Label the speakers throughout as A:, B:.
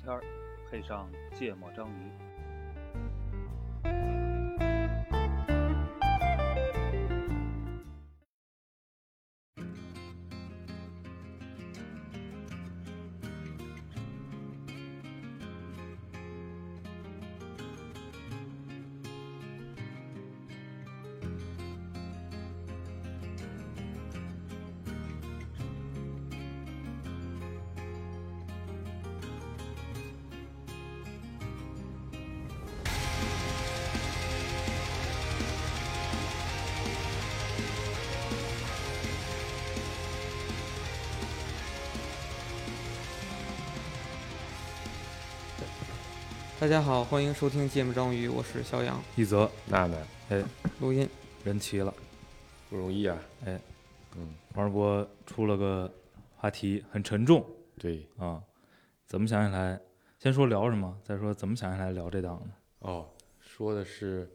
A: 片儿，配上芥末章鱼。
B: 大家好，欢迎收听《芥末章鱼》，我是肖阳，
C: 一泽
D: 娜娜
B: 录音。
C: 人齐了，
D: 不容易啊，
C: 哎，
D: 嗯，
C: 王世博出了个话题，很沉重
D: 对，
C: 啊。怎么想起来？先说聊什么，再说怎么想起来聊这档呢？
D: 哦，说的是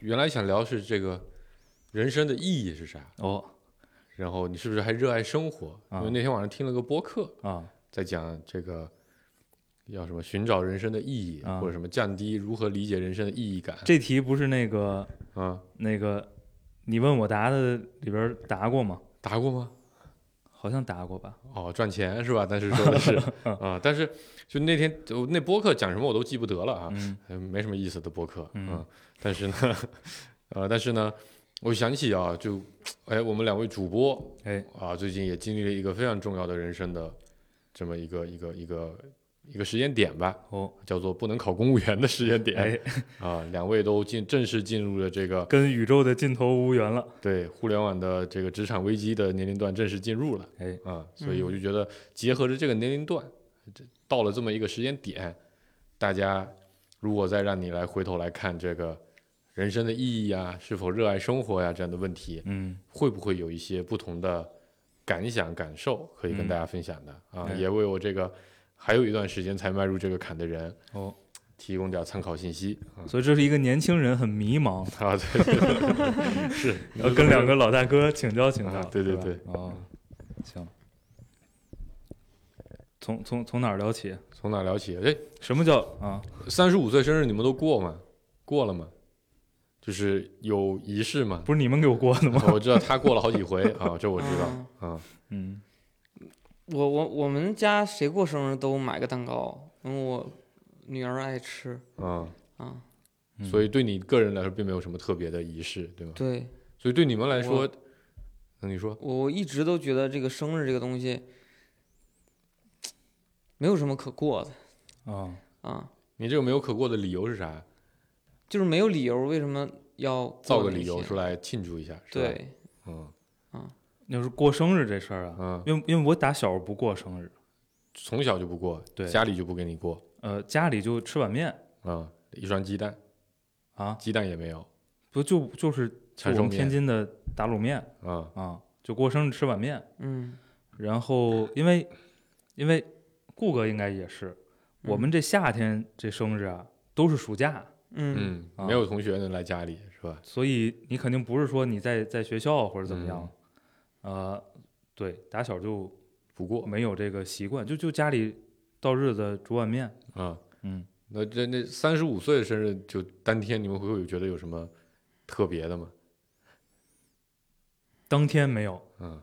D: 原来想聊是这个人生的意义是啥，
C: 哦
D: 然后你是不是还热爱生活？
C: 啊
D: 因为那天晚上听了个播客，
C: 啊
D: 在讲这个要什么寻找人生的意义，
C: 啊
D: 或者什么降低如何理解人生的意义感
C: 这题不是那个
D: 啊，
C: 那个你问我答的里边答过吗？
D: 答过吗？
C: 好像答过吧？
D: 哦，赚钱是吧？但是说 的是啊，但是就那天我那播客讲什么我都记不得了啊，
C: 嗯
D: 呃没什么意思的播客，
C: 嗯
D: 但是呢， 呃，但是呢，我想起啊，就，哎，我们两位主播
C: 哎
D: 啊，最近也经历了一个非常重要的人生的这么一个一个一个一个时间点吧，
C: 哦
D: 叫做不能考公务员的时间点、
C: 哎，
D: 啊，两位都进正式进入了这个
C: 跟宇宙的尽头无缘了。
D: 对互联网的这个职场危机的年龄段正式进入了，
C: 哎
D: 啊，所以我就觉得结合着这个年龄段，这到了这么一个时间点，大家如果再让你来回头来看这个人生的意义啊，是否热爱生活呀、这样的问题，
C: 嗯
D: 会不会有一些不同的感想感受可以跟
C: 嗯
D: 大家分享的、啊？
C: 哎
D: 也为我这个还有一段时间才迈入这个坎的人
C: 哦，
D: 提供点参考信息 啊。
C: 所以这是一个年轻人很迷茫，
D: 啊，对对对，是
C: 要跟两个老大哥请教请教。
D: 啊对对
C: 吧哦，行。从从从哪儿聊起？
D: 从哪聊起？哎，
C: 什么叫啊？
D: 三十五岁生日你们都过吗？过了吗？就是有仪式吗？
C: 不是你们给我过 的吗？
D: 我知道他过了好几回啊，这我知
B: 啊
D: 道啊。
C: 嗯，
B: 我我我们家谁过生日都买个蛋糕，嗯，我女儿爱吃
D: 啊，
B: 啊，
C: 嗯
D: 所以对你个人来说并没有什么特别的仪式，对吗？
B: 对
D: 所以对你们来说，那你说
B: 我一直都觉得这个生日这个东西没有什么可过的
C: 啊，
B: 啊，
D: 你这个没有可过的理由是啥？
B: 就是没有理由为什么要过
D: 造个
B: 那
D: 理由
B: 些
D: 出来庆祝一下，是吧？
B: 对，
D: 嗯
C: 要是过生日这事儿啊，
D: 嗯，
C: 因为因为我打小不过生日，
D: 从小就不过，
C: 对
D: 家里就不给你过
C: 呃，家里就吃碗面
D: 啊，一双鸡蛋，
C: 啊，
D: 鸡蛋也没有
C: 不就就是就
D: 缠
C: 我
D: 寿
C: 们天
D: 面
C: 津的打卤面
D: 啊，
C: 啊，就过生日吃碗面。
B: 嗯，
C: 然后因为因为顾哥应该也是，我
D: 嗯
C: 们这夏天这生日啊都是暑假，
B: 嗯
D: 嗯，
C: 啊
D: 没有同学能来家里是吧？
C: 所以你肯定不是说你在在学校或者怎么样，呃，对，打小就
D: 不过
C: 没有这个习惯，就就家里到日子煮碗面，
D: 啊，
C: 嗯，
D: 那这那三十五岁的生日就当天，你们会有觉得有什么特别的吗？
C: 当天没有，
D: 嗯，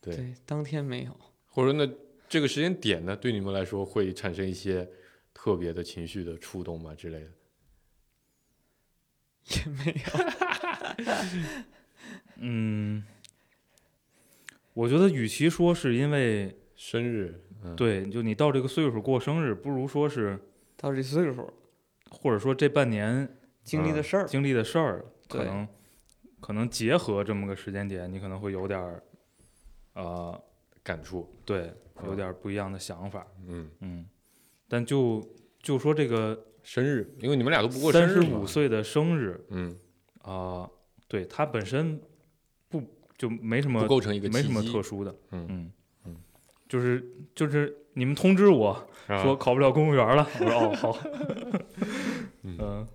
D: 对
B: 对，当天没有，
D: 或者说那这个时间点呢，对你们来说会产生一些特别的情绪的触动吗之类的？
B: 也没有，
C: 嗯，我觉得与其说是因为
D: 生日，嗯，，
C: 对，就你到这个岁数过生日，不如说是
B: 到这岁数
C: 或者说这半年
B: 经
D: 嗯
B: 历的事儿，
C: 经历的事儿，可
B: 对
C: 能可能结合这么个时间点，你可能会有点儿，呃，
D: 感触，
C: 对，有
D: 嗯
C: 点儿不一样的想法，
D: 嗯，
C: 嗯，但就就说这个
D: 生日，因为你们俩都不过生
C: 三
D: 日
C: 十
D: 嘛
C: 五，岁的生日
D: 嗯，
C: 啊、对它本身不就没什么
D: 不构成一个
C: 没什么
D: 契机
C: 特殊的，
D: 嗯
C: 嗯
D: 嗯
C: 就是就是你们通知我
D: 啊
C: 说考不了公务员了，我说哦 好，
D: 嗯
C: 嗯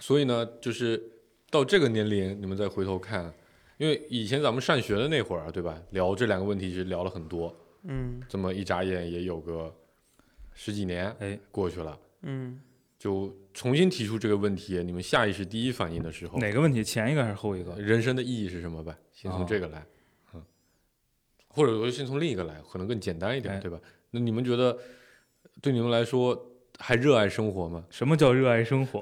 D: 所以呢，就是到这个年龄，你们再回头看，因为以前咱们上学的那会儿啊，对吧？聊这两个问题其实聊了很多，
B: 嗯
D: 这么一眨眼也有个十几年
C: 哎，
D: 过去了，
B: 嗯
D: 就重新提出这个问题，你们下意识第一反应的时候，
C: 哪个问题？前一个还是后一个？
D: 人生的意义是什么吧？先从
C: 哦
D: 这个来，嗯，或者说先从另一个来，可能更简单一点，
C: 哎？
D: 对吧？那你们觉得对你们来说还热爱生活吗
C: 什么叫热爱生活？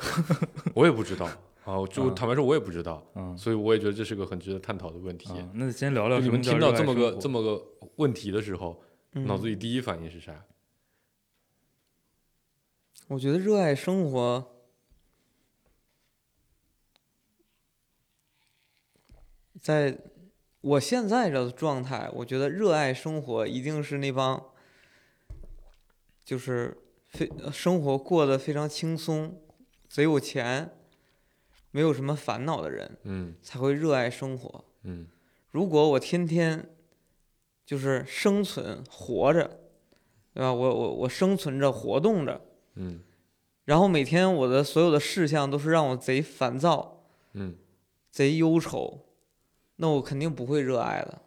D: 我也不知道啊，我就
C: 嗯
D: 坦白说，我也不知道，
C: 嗯，
D: 所以我也觉得这是个很值得探讨的问题。
C: 啊，那先聊聊
D: 就你
C: 什么
D: 们
C: 叫
D: 听
C: 热
D: 到
C: 爱
D: 这么个
C: 生活
D: 这么个问题的时候，
B: 嗯，
D: 脑子里第一反应是啥？
B: 我觉得热爱生活，在我现在的状态，我觉得热爱生活一定是那帮，就是非生活过得非常轻松、贼有钱、没有什么烦恼的人
D: 嗯
B: 才会热爱生活。
D: 嗯
B: 如果我天天就是生存活着，对吧？我我我生存着活动着。
D: 嗯
B: 然后每天我的所有的事项都是让我贼烦躁、
D: 嗯，
B: 贼忧愁，那我肯定不会热爱的。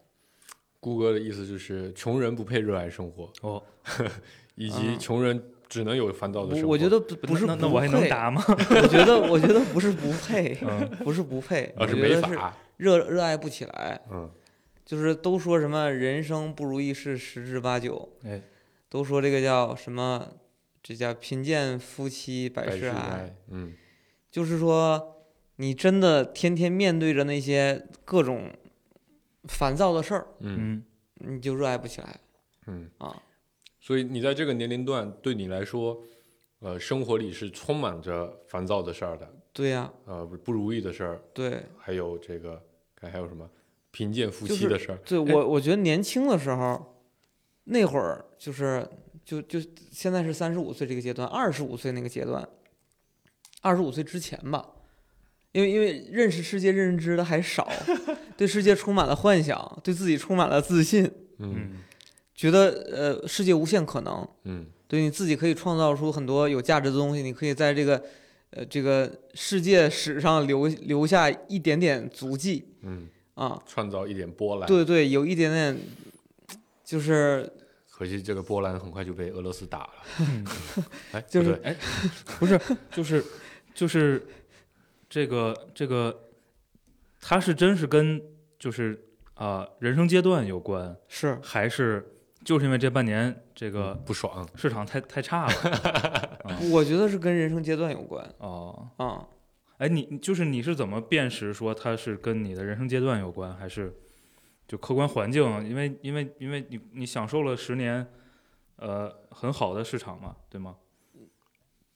D: 顾哥的意思就是穷人不配热爱生活，
C: 哦， 啊
D: 以及
B: 嗯
D: 穷人只能有烦躁的
B: 我
D: 生活。
B: 我觉得不不是
C: 那
B: 不
C: 那我还能
B: 配，
C: 答吗？，
B: 我觉得我觉得不是不配
C: 嗯，
B: 不是不配，
D: 啊
B: 我
D: 是
B: 觉
D: 没
B: 得是
D: 法，
B: 热热爱不起来。
D: 嗯
B: 就是都说什么人生不如意事十之八九，
C: 哎，
B: 都说这个叫什么，这叫贫贱夫妻百
D: 百
B: 事
D: 事
B: 哀，
D: 哀，嗯
B: 就是说你真的天天面对着那些各种烦躁的事儿，
D: 嗯
C: 嗯，
B: 你就热爱不起来。
D: 嗯
B: 啊，
D: 所以你在这个年龄段对你来说，呃，生活里是充满着烦躁的事儿的，
B: 对呀、
D: 呃，不如意的事儿，
B: 对
D: 还有这个看还有什么贫贱夫
B: 就
D: 妻
B: 是
D: 的事儿，
B: 对，我我觉得年轻的时候，那会儿就是就就现在是三十五岁这个阶段，二十五岁那个阶段，二十五岁之前吧，因为因为认识世界认知的还少，对世界充满了幻想，对自己充满了自信，
D: 嗯
C: 嗯，
B: 觉得呃世界无限可能，
D: 嗯
B: 对你自己可以创造出很多有价值的东西，你可以在这个呃这个世界史上留留下一点点足迹
D: 嗯，
B: 啊。
D: 创造一点波澜。，
B: 对对，有一点点，就是
D: 可惜这个波澜很快就被俄罗斯打了。 哎，不
B: 嗯就是
D: 对哎，
C: 不是，就是就是这个这个，它是真是跟就是啊、人生阶段有关，
B: 是
C: 还是就是因为这半年这个
D: 不爽，
C: 市场太太差了？
B: 我觉得是跟人生阶段有关
C: 哦，
B: 啊。
C: 哎，你你就是你是怎么辨识说它是跟你的人生阶段有关，还是就客观环境？啊因为因为因为你你享受了十年，呃，很好的市场嘛，对吗？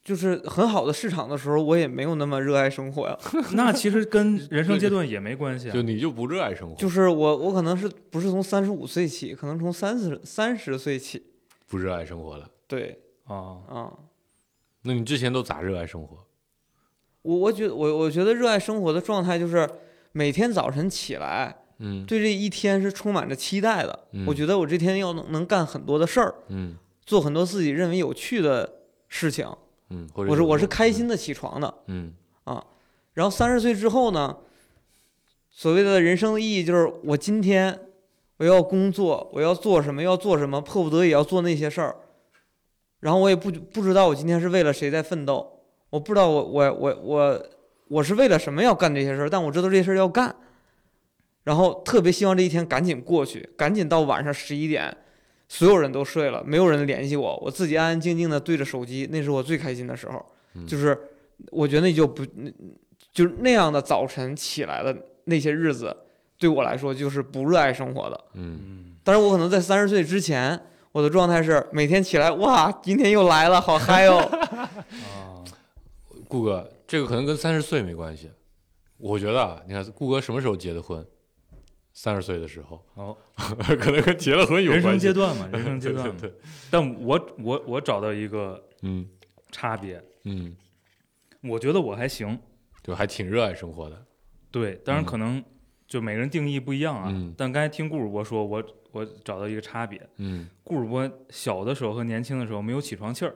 B: 就是很好的市场的时候，我也没有那么热爱生活呀。
D: 哦
C: 那其实跟人生阶段也没关系啊
D: 就。你就不热爱生活，
B: 就是我，我可能是不是从三十五岁起，可能从三十三十岁起。
D: 不热爱生活了。
B: 对
C: 哦，
B: 啊，
D: 那你之前都咋热爱生活？
B: 我我觉得我我觉得热爱生活的状态就是每天早晨起来，
D: 嗯
B: 对这一天是充满着期待的。
D: 嗯
B: 我觉得我这天要能能干很多的事儿，
D: 嗯
B: 做很多自己认为有趣的事情。
D: 嗯，或者
B: 我是
D: 有
B: 我
D: 什
B: 是
D: 么
B: 开心，的起床的。
D: 嗯
B: 然后三十岁之后呢，所谓的人生的意义就是我今天我要工作，我要做什么，要做什么，迫不得已要做那些事儿。然后我也不不知道我今天是为了谁在奋斗，我不知道我我我我我是为了什么要干这些事儿，但我知道这些事儿要干。然后特别希望这一天赶紧过去，赶紧到晚上十一点，所有人都睡了，没有人联系我，我自己安安静静的对着手机，那是我最开心的时候。
D: 嗯
B: 就是我觉得那就不就是那样的早晨起来的那些日子，对我来说就是不热爱生活的。
D: 嗯
C: 嗯，
B: 但是我可能在三十岁之前，我的状态是每天起来，哇，今天又来了，好嗨 哦！
C: 哦，
D: 顾哥，这个可能跟三十岁没关系。我觉得啊，你看顾哥什么时候结的婚？三十岁的时候，
C: 哦，
D: 可能跟结了婚有
C: 人
D: 关
C: 生
D: 系。
C: 阶段嘛，人生阶段嘛。
D: 对对对，
C: 但我我我找到一个
D: 嗯
C: 差别，
D: 嗯，
C: 我觉得我还行，
D: 就还挺热爱生活的。
C: 对，当然
D: 嗯
C: 可能就每个人定义不一样啊。
D: 嗯
C: 但刚才听顾主播说，我我找到一个差别，
D: 嗯，
C: 顾主播小的时候和年轻的时候没有起床气 儿，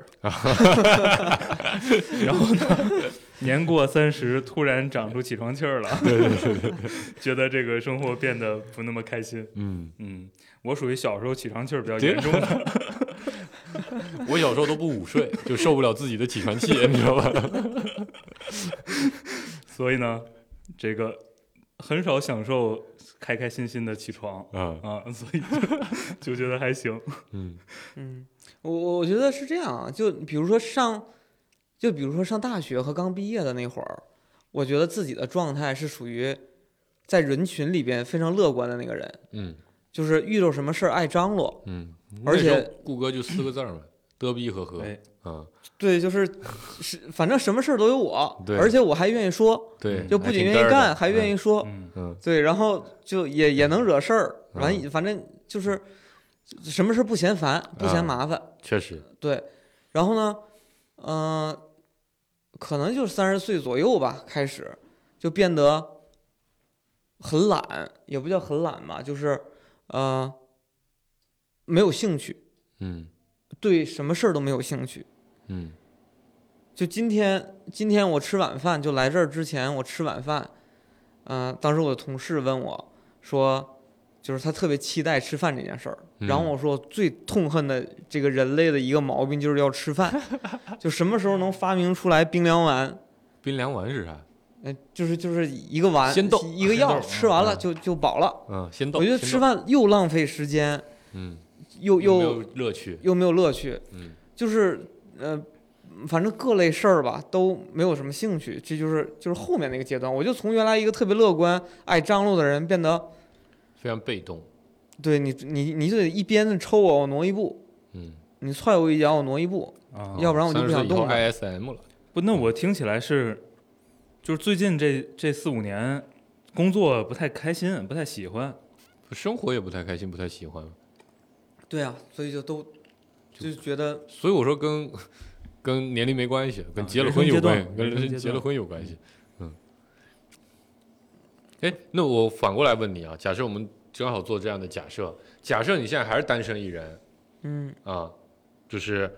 C: 然后呢，年过三十突然长出起床气儿了，对对对， 觉得这个生活变得不那么开心。
D: 嗯，
C: 嗯，我属于小时候起床气儿比较严重的，
D: 我小时候都不午睡，就受不了自己的起床气，你知道吧？
C: 所以呢，这个很少享受开开心心的起床
D: 啊，
C: 啊，所以就 就觉得还行。
D: 嗯
B: 嗯，我我我觉得是这样啊，就比如说上，就比如说上大学和刚毕业的那会儿，我觉得自己的状态是属于在人群里边非常乐观的那个人，
D: 嗯
B: 就是遇到什么事儿爱张罗，
D: 嗯，
B: 而且
D: 那时候顾哥就四个字儿嘛，德比和和
C: 哎，
D: 啊，
B: 对，就是是反正什么事儿都有我，
D: 对
B: 而且我还愿意说，
D: 对，
B: 就不仅
D: 还挺
B: 愿
D: 嘚
B: 意
D: 儿的
B: 干，还愿意，说，
C: 嗯，
D: 嗯
B: 对，然后就也也能惹事儿，完、
D: 嗯
B: 反正就是什么事儿不嫌烦，不嫌
D: 啊
B: 麻烦，
D: 嗯，确实，
B: 对，然后呢，嗯、可能就三十岁左右吧，开始就变得很懒，也不叫很懒吧，就是呃没有兴趣，
D: 嗯
B: 对什么事儿都没有兴趣。
D: 嗯
B: 就今天，今天我吃晚饭，就来这儿之前我吃晚饭，嗯、当时我的同事问我说，就是他特别期待吃饭这件事儿，
D: 嗯
B: 然后我说我最痛恨的这个人类的一个毛病就是要吃 饭，就什么时候能发明出来冰凉丸？
D: 冰凉丸是啥？
B: 嗯、就是就是一个丸，
D: 鲜豆
B: 一个
C: 鲜
B: 药，
C: 豆
B: 吃完了
D: 嗯
B: 就就饱了。
D: 嗯，先豆，
B: 我觉得
D: 先
B: 吃
D: 豆，
B: 饭又浪费时间，
D: 嗯，
B: 又
D: 有没
B: 又
D: 有乐趣？
B: 又没有乐趣，
D: 嗯
B: 就是呃，反正各类事儿吧都没有什么兴趣，这就是就是后面那个阶段，我就从原来一个特别乐观、爱张罗的人，变得
D: 非常被动，
B: 对你你你就得一鞭子抽我，我挪一步；
D: 嗯，
B: 你踹我一脚，我挪一步。
C: 啊，
B: 要不然我就不想动了
D: 30岁以后 ISM 了，
C: 不，那我听起来是，就是最近这这四五年工作不太开心，不太喜欢。
D: 生活也不太开心，不太喜欢，
B: 对啊，所以就都就觉得
D: 所以我说跟跟年龄没关系，跟
C: 啊
D: 结了
C: 人
D: 婚
C: 生
D: 有
C: 阶
D: 关系
C: 段，
D: 跟
C: 人生
D: 人
C: 阶
D: 结了
C: 段
D: 婚有关系。嗯。哎，那我反过来问你啊，假设我们正好做这样的假设，假设你现在还是单身一人
B: 嗯，
D: 啊，就是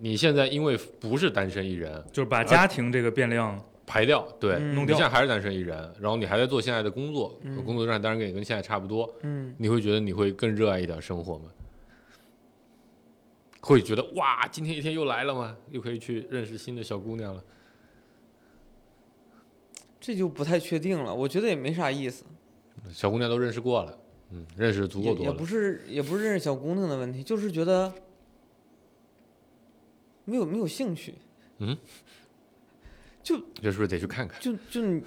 D: 你现在因为不是单身一人
C: 就是把家庭这个变量，
D: 排掉，对，
B: 嗯
D: 你
C: 弄
D: 现
C: 掉
D: 在还是单身一人，然后你还在做现在的工作，
B: 嗯
D: 工作状态当然跟也跟现在差不多，
B: 嗯，
D: 你会觉得你会更热爱一点生活吗？会觉得哇，今天一天又来了吗？又可以去认识新的小姑娘了。
B: 这就不太确定了。我觉得也没啥意思，
D: 小姑娘都认识过了，嗯，认识足够
B: 也
D: 多
B: 也
D: 了
B: 不。是也不是认识小姑娘的问题，就是觉得没有没有兴趣。
D: 嗯 这是不是得去看看？
B: 就就 你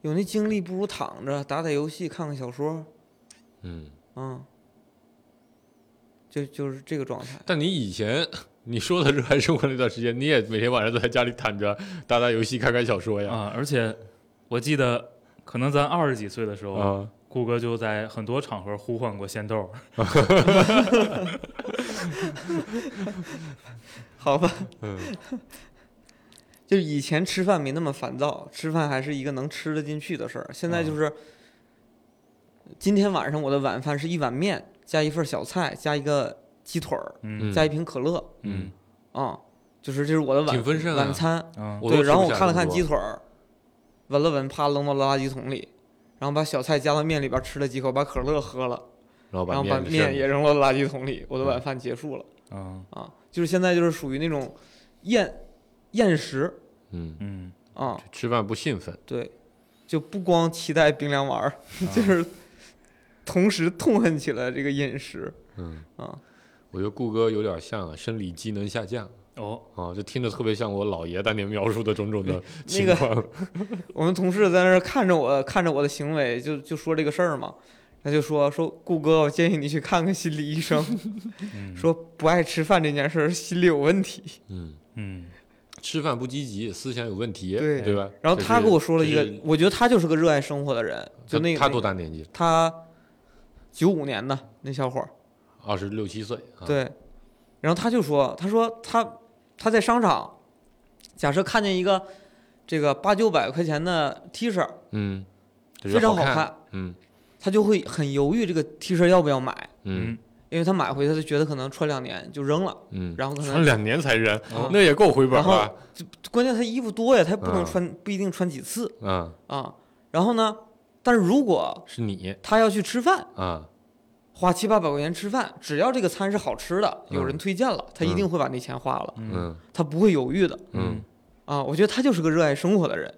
B: 有那精力，不如躺着打打游戏，看看小说，
D: 嗯，
B: 嗯，就就是这个状态。
D: 但你以前你说的热爱生活那段时间，你也每天晚上都在家里躺着打打游戏、看看小说呀。
C: 啊，而且我记得，可能咱二十几岁的
B: 哦
C: 时候，
D: 啊，
C: 顾哥就在很多场合呼唤过仙豆儿，
B: 好吧，
D: 嗯，
B: 就以前吃饭没那么烦躁，吃饭还是一个能吃得进去的事儿。现
D: 嗯
B: 在就是，今天晚上我的晚饭是一碗面，加一份小菜，加一个鸡腿儿，
C: 嗯
B: 加一瓶可乐，
D: 嗯
C: 嗯
B: 啊、就是这是我的晚
D: 挺丰盛啊
B: 晚餐。
C: 啊，
D: 我都
B: 对，
D: 吃
B: 然后
D: 不
B: 我
D: 下
B: 看了
D: 这么
B: 看
D: 多
B: 鸡腿儿，闻了闻，啪扔到了垃圾桶里，然后把小菜夹到面里边儿吃了几口，把可乐喝了，
D: 然
B: 然
D: 后哦把
B: 后把
D: 面
B: 面也扔到垃圾桶里，我的
D: 嗯
B: 晚饭结束了
C: 啊，
B: 啊！就是现在就是属于那种厌厌食
D: 嗯，
C: 嗯，
B: 啊，
D: 吃饭不兴奋，
B: 对，就不光期待冰凉丸
D: 啊
B: 儿， 就是同时痛恨起了这个饮食
D: 嗯，
B: 啊。
D: 我觉得顾哥有点像啊，生理机能下降
C: 哦，
D: 啊，这听着特别像我姥爷当年描述的种 种的情
B: 个
D: 况。
B: 我们同事在那儿看着我，看着我的行为，就就说这个事儿嘛。他就说说顾哥，我建议你去看看心理医生。
C: 嗯
B: 说不爱吃饭这件事儿心里有问 题。
D: 嗯，
C: 嗯，
D: 吃饭不积极，思想有问题，
B: 对
D: 对吧？
B: 然后
D: 这
B: 他
D: 是
B: 跟我说了
D: 这
B: 一个
D: 是，
B: 我觉得他就是个热爱生活的人，就那个
D: 他他
B: 那
D: 多
B: 个
D: 大年纪？
B: 他九五年的那小伙儿，
D: 二十六七岁啊。
B: 对。然后他就说，他说他他在商场，假设看见一个这个八九百块钱的 T 恤，
D: 嗯，这
B: 非
D: 人
B: 常好
D: 看。
B: 看，
D: 嗯
B: 他就会很犹豫这个 T 恤要不要买，
D: 嗯
B: 因为他买回去他就觉得可能穿两年就扔了，
D: 嗯，
B: 然后可
D: 穿
B: 能
D: 两年才扔，
B: 啊
D: 那也够回本
B: 然后
D: 吧？
B: 关键他衣服多呀，他也不
D: 嗯
B: 能穿、不一定穿几次
D: 啊，
B: 啊。然后呢，但是如果
D: 是你
B: 他要去吃饭，
D: 啊，
B: 花七八百块钱吃饭，只要这个餐是好吃的，有人推荐了，他一定会把那钱花了，
C: 嗯
D: 嗯
B: 他不会犹豫的
D: 嗯
B: 啊。我觉得他就是个热爱生活的人，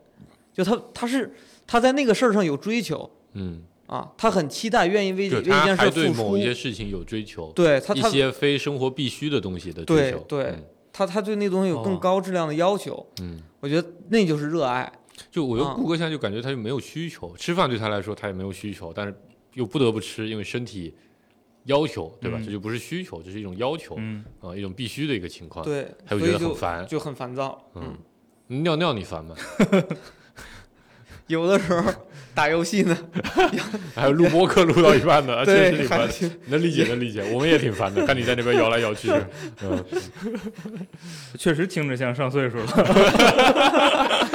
B: 就他他是他在那个事儿上有追求
D: 嗯，
B: 啊，他很期待，愿意为
D: 就
B: 为一
D: 他
B: 件事
D: 还
B: 儿
D: 对
B: 付
D: 某
B: 出
D: 一，些事情有追求，
B: 对他
D: 一
B: 他
D: 些非生活必须的东西的追
B: 对
D: 求，
B: 对他他对那东西有更
C: 哦
B: 高质量的要求，
D: 嗯，嗯
B: 我觉得那就是热爱。
D: 就我觉
C: 嗯
D: 得
B: 啊
D: 顾哥现在就感觉他就没有需求，吃饭对他来说他也没有需求，但是又不得不吃，因为身体要求，对吧？
C: 嗯
D: 这就不是需求，这是一种要求啊、
C: 嗯，
D: 一种必须的一个情况。
B: 对，
D: 他
B: 所
D: 就哦
B: 以
D: 觉得很
B: 就
D: 烦
B: 就很烦躁。
D: 嗯，尿尿你烦吗？
B: 有的时候打游戏呢，
D: 还有录播课录到一 半的，啊确实
B: 对，
D: 挺
B: 还
D: 烦的，能理解能理解，我们也挺烦的，看你在那边摇来摇 去的，嗯，
C: 确实听着像上岁数 了。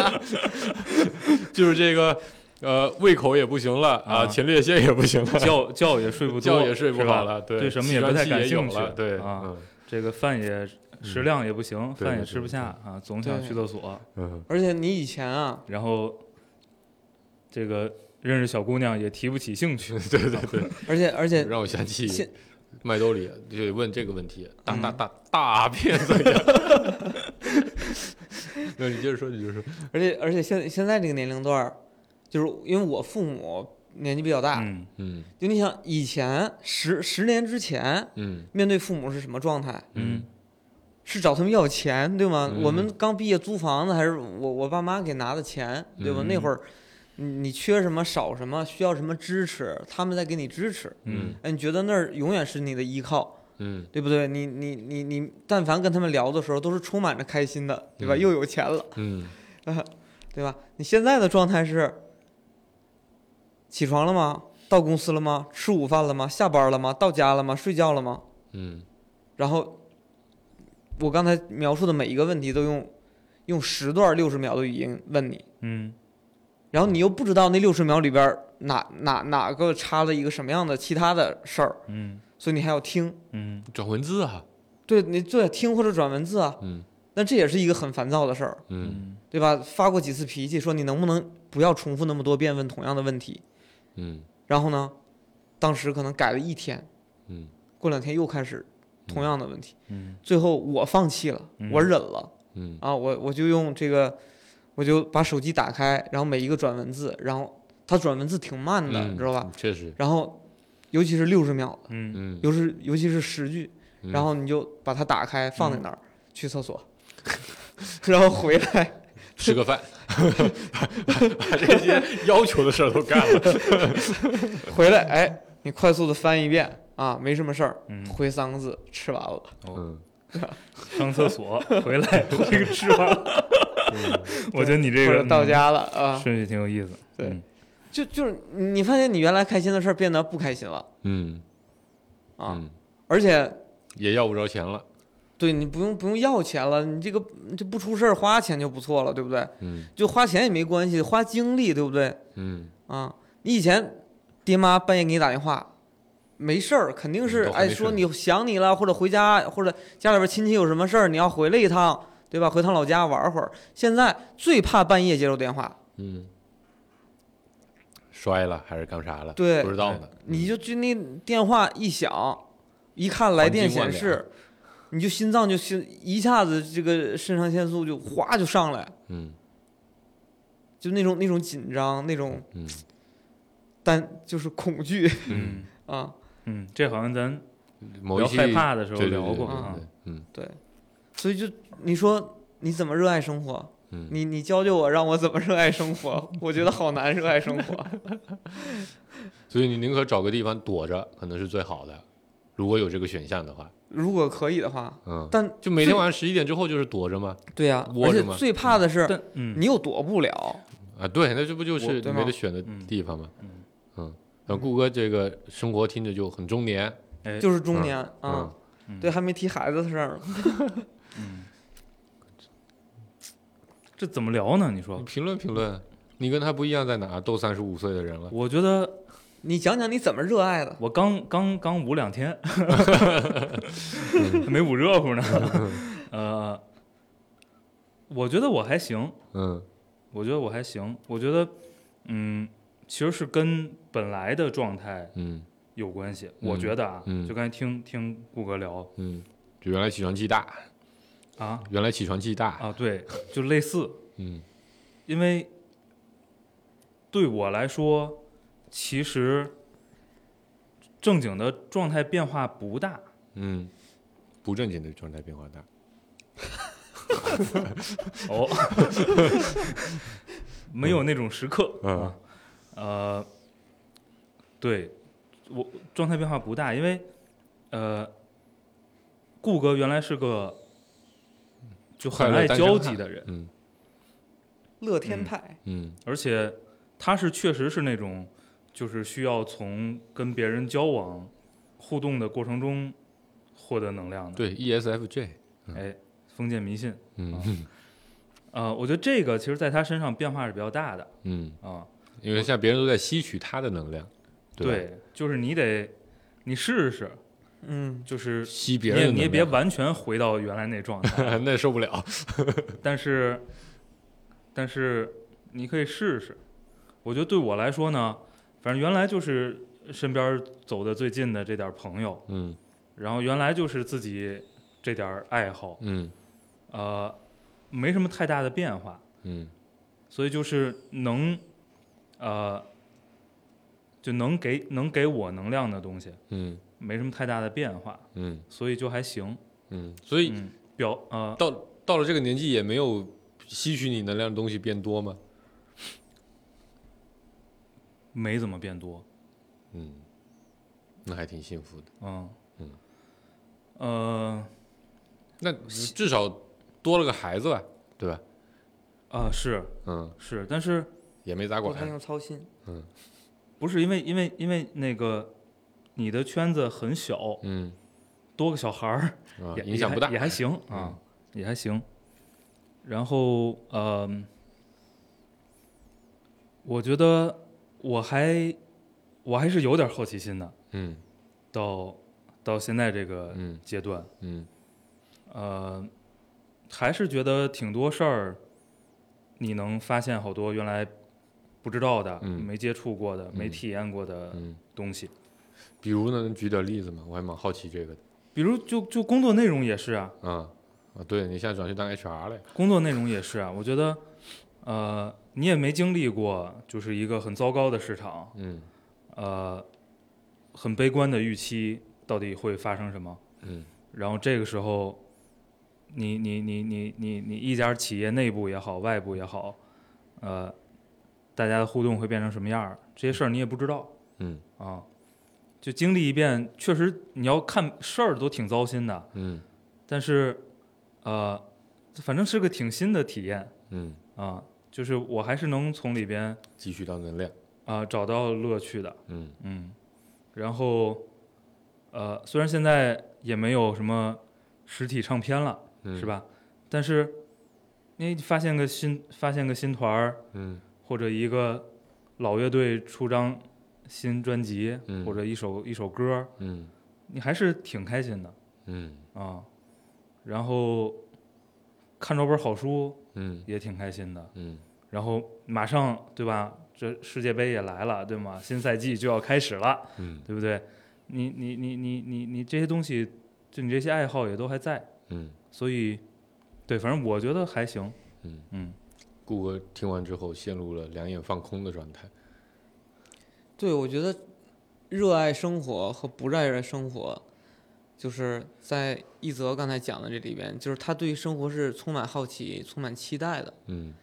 D: 就是这个呃胃口也不行了啊，
C: 啊
D: 前列腺也不行了，
C: 觉觉也睡不多，
D: 觉也睡不
C: 是吧
D: 好了，对
C: 对
D: 对
C: 什么也不太感兴趣
D: 了，对，
C: 啊
D: 嗯
C: 这个饭也食量也不行，
D: 对
C: 饭也
D: 对
C: 吃不
D: 对
C: 下啊，总想
B: 对
C: 去厕所。
D: 嗯
B: 而且你以前啊，
C: 然后这个认识小姑娘也提不起兴 趣。
D: 对对对，
B: 而且而且
D: 让我想起
B: 现
D: 麦兜里就得问这个问题，大
B: 嗯
D: 大大大便怎么样？ 那你接着说，你接着说，
B: 而且而且现现在这个年龄段儿，就是因为我父母年纪比较大，
C: 嗯
D: 嗯
B: 就你想以前十十年之前
D: 嗯
B: 面对父母是什么状态？
D: 嗯
C: 嗯
B: 是找他们要钱，对吗？
D: 嗯
B: 我们刚毕业租房子，还是我我爸妈给拿的钱，对吧？
D: 嗯
B: 那会儿，你你缺什么少什么，需要什么支持，他们在给你支持。
C: 嗯
B: 哎，你觉得那儿永远是你的依靠，
D: 嗯
B: 对不对？你你你你，但凡跟他们聊的时候，都是充满着开心的，对吧？
D: 嗯
B: 又有钱了，
D: 嗯
B: 对吧？你现在的状态是：起床了吗？到公司了吗？吃午饭了吗？下班了吗？到家了吗？睡觉了吗？
D: 嗯
B: 然后，我刚才描述的每一个问题都用用十段六十秒的语音问你，
C: 嗯
B: 然后你又不知道那六十秒里边儿哪哪哪个插了一个什么样的其他的事儿，
C: 嗯
B: 所以你还要听，
C: 嗯，
D: 转文字啊，
B: 对你对听或者转文字啊，
D: 嗯
B: 那这也是一个很烦躁的事儿。
D: 嗯
C: 嗯
B: 对吧？发过几次脾气，说你能不能不要重复那么多遍问同样的问题？
D: 嗯
B: 然后呢，当时可能改了一天，
D: 嗯
B: 过两天又开始同样的问题，
C: 嗯
B: 最后我放弃了，
C: 嗯
B: 我忍了
D: 嗯
B: 啊，我我就用这个，我就把手机打开，然后每一个转文字，然后它转文字挺慢的，
D: 嗯，
B: 你知道吧？？
D: 确实，
B: 然后尤其是六十秒，
C: 嗯
D: 嗯，
B: 尤是尤其是十句，
D: 嗯
B: 然后你就把它打开放在那
C: 嗯
B: 儿，去厕所， 然后回来。
D: 吃个饭， 把这些要求的事儿都干了。
B: 回来，哎，你快速的翻一遍啊，没什么事儿，
C: 嗯，
B: 回三个字，吃完了。
D: 嗯，
C: 上厕所回 来回个吃完， 我觉得你这
B: 或
C: 个
B: 者到
C: 嗯
B: 家了啊，
C: 顺序挺有意思。
B: 对
C: 嗯
B: 就就是你发现你原来开心的事儿变得不开心了
D: 嗯
B: 啊，
D: 嗯
B: 而且
D: 也要不着钱了。
B: 对你不用不用要钱了，你这个这不出事儿花钱就不错了，对不对？
D: 嗯
B: 就花钱也没关系，花精力对不对
D: 嗯，
B: 啊？你以前爹妈半夜给你打电话。没事儿，肯定是
D: 嗯都还
B: 哎
D: 没
B: 说
D: 睡
B: 你想你了，或者回家，或者家里边亲戚有什么事儿，你要回来一趟，对吧？回趟老家玩会儿。现在最怕半夜接到电话，
D: 嗯，摔了还是干啥了？
B: 对
D: 不知道呢。
B: 你就就那电话一响，一看来电显
D: 黄金万
B: 示，你就心脏就心一下子这个肾上腺素就哗就上来，
D: 嗯
B: 就那种那种紧张那种
D: 嗯
B: 但就是恐惧
D: 嗯，
C: 嗯
B: 啊，
C: 嗯，这好像咱
D: 某一
C: 聊
D: 期
C: 害怕的时候
D: 对对对
C: 聊
D: 对
C: 过
D: 对
C: 啊
D: 对。嗯
B: 所以就你说你怎么热爱生活？
D: 嗯，
B: 你你教教我，让我怎么热爱生 活？我觉得好难热爱生活。
D: 所以你宁可找个地方躲着，可能是最好的。如果有这个选项的话，
B: 如果可以的话，
D: 嗯，
B: 但
D: 就每天晚上十一点之后就是躲着嘛。
B: 对呀、
D: 窝
B: 而且
D: 着嘛
B: 最怕的是
C: 但嗯
B: 你又躲不了。
D: 啊，对，那这不就
B: 我
D: 是你
B: 对
D: 没
B: 吗
D: 得选的
C: 嗯
D: 地方吗？
C: 嗯
D: 嗯，那顾哥这个生活听着就很中年，
C: 哎
B: 就是中年啊、
D: 嗯
C: 嗯
B: 对，还没提孩子的事儿呢。
C: 嗯，这怎么聊呢？你
D: 嗯你
C: 说，
D: 评论评论，你跟他不一样在哪？都三十五岁的人了，
C: 我觉得
B: 你讲讲你怎么热爱的？
C: 我刚刚刚捂两 天，没捂热乎呢。呃，我觉得我还行，
D: 嗯
C: 我觉得我还行，我觉得嗯，其实是跟本来的状态
D: 嗯
C: 有关系。
D: 嗯
C: 我觉得啊，
D: 嗯
C: 就刚才听听顾哥聊
D: 嗯，就原来起床气大，
C: 啊
D: 原来起床气大，
C: 啊，对，就类似，
D: 哎嗯
C: 因为对我来说，其实正经的状态变化不大。
D: 嗯，不正经的状态变化大，
C: 哦， 没有那种时刻。
D: 嗯
C: 啊，呃，对我状态变化不大，因为呃，顾哥原来是个就很
D: 快
C: 爱
D: 乐单身
C: 交
D: 汉
C: 际的人，
D: 嗯
B: 乐天派，
D: 嗯
C: 而且他是确实是那种就是需要从跟别人交往互动的过程中获得能量的。
D: 对，ESFJ，
C: 哎，封建迷信。
D: 嗯
C: 呃，我觉得这个其实在他身上变化是比较大的
D: 嗯，
C: 啊、
D: 因为现在别人都在吸取他的能量，吧，
C: 对，就是你得你试试，
B: 嗯，
C: 就是
D: 吸
C: 你
D: 别人
C: 也
D: 的
C: 你也
D: 能
C: 别
D: 量，
C: 完全回到原来那状态，
D: 那受不了，
C: 但是但是你可以试试。我觉得对我来说呢，反正原来就是身边走的最近的这点儿朋友，
D: 嗯
C: 然后原来就是自己这点儿爱好，
D: 嗯
C: 呃，没什么太大的变化，
D: 嗯
C: 所以就是能，呃，就能给能给我能量的东西，
D: 嗯
C: 没什么太大的变化，
D: 嗯
C: 所以就还行。
D: 嗯，所以
C: 嗯，表呃
D: 到到了这个年纪也没有吸取你能量的东西变多吗？
C: 没怎么变多，
D: 嗯，那还挺幸福的。
C: 嗯
D: 嗯
C: 呃
D: 那至少多了个孩子吧，对吧？
C: 啊是
D: 嗯，
C: 是，但是
D: 也没咋
B: 不太
D: 管。
B: 用操心，
C: 不是因为因为因为那个你的圈子很小，
D: 嗯，
C: 多个小孩儿
D: 啊，
C: 也
D: 影响不大嗯
C: 也还也。还行啊，也还行。然后呃，我觉得我还我还是有点好奇心的，
D: 嗯
C: 到到现在这个
D: 嗯
C: 阶段，
D: 嗯
C: 呃，还是觉得挺多事儿，你能发现好多原来不知道的、
D: 嗯
C: 没接触过的、没
D: 嗯
C: 体验过的
D: 嗯，
C: 东西。
D: 比如呢，能举点例子吗？我还蛮好奇这个的。
C: 比如就就工作内容也是啊，
D: 啊啊，对你现在转去当 HR 了呀。
C: 工作内容也是啊。我觉得，呃，你也没经历过就是一个很糟糕的市场，
D: 嗯
C: 呃，很悲观的预期到底会发生什么。
D: 嗯
C: 然后这个时候，你你你你你你一家企业内部也好，外部也好，呃，大家的互动会变成什么样儿？这些事儿你也不知道
D: 嗯
C: 啊。就经历一遍，确实你要看事儿都挺糟心的，
D: 嗯
C: 但是，呃，反正是个挺新的体验
D: 嗯，
C: 啊。就是我还是能从里边
D: 汲取到能量。
C: 啊、找到乐趣的，
D: 嗯
C: 嗯。然后，呃，虽然现在也没有什么实体唱片了。
D: 嗯，
C: 是？吧？但是你发现个新发现个新团儿，
D: 嗯
C: 或者一个老乐队出张新专辑，
D: 嗯
C: 或者一首一首歌儿，
D: 嗯
C: 你还是挺开心的
D: 嗯
C: 啊。然后看着本好书
D: 嗯
C: 也挺开心的，
D: 嗯
C: 然后马上对吧？这世界杯也来了，对吗？新赛季就要开始了，
D: 嗯
C: 对不对？你你你你你你这些东西，就你这些爱好也都还在，
D: 嗯
C: 所以，对，反正我觉得还行，
D: 嗯。
C: 嗯。
D: 顾哥听完之后陷入了两眼放空的状态。
B: 对，我觉得热爱生活和不热爱生活，就是在一泽刚才讲的这里边，就是他对于生活是充满好奇、充满期待的，
D: 嗯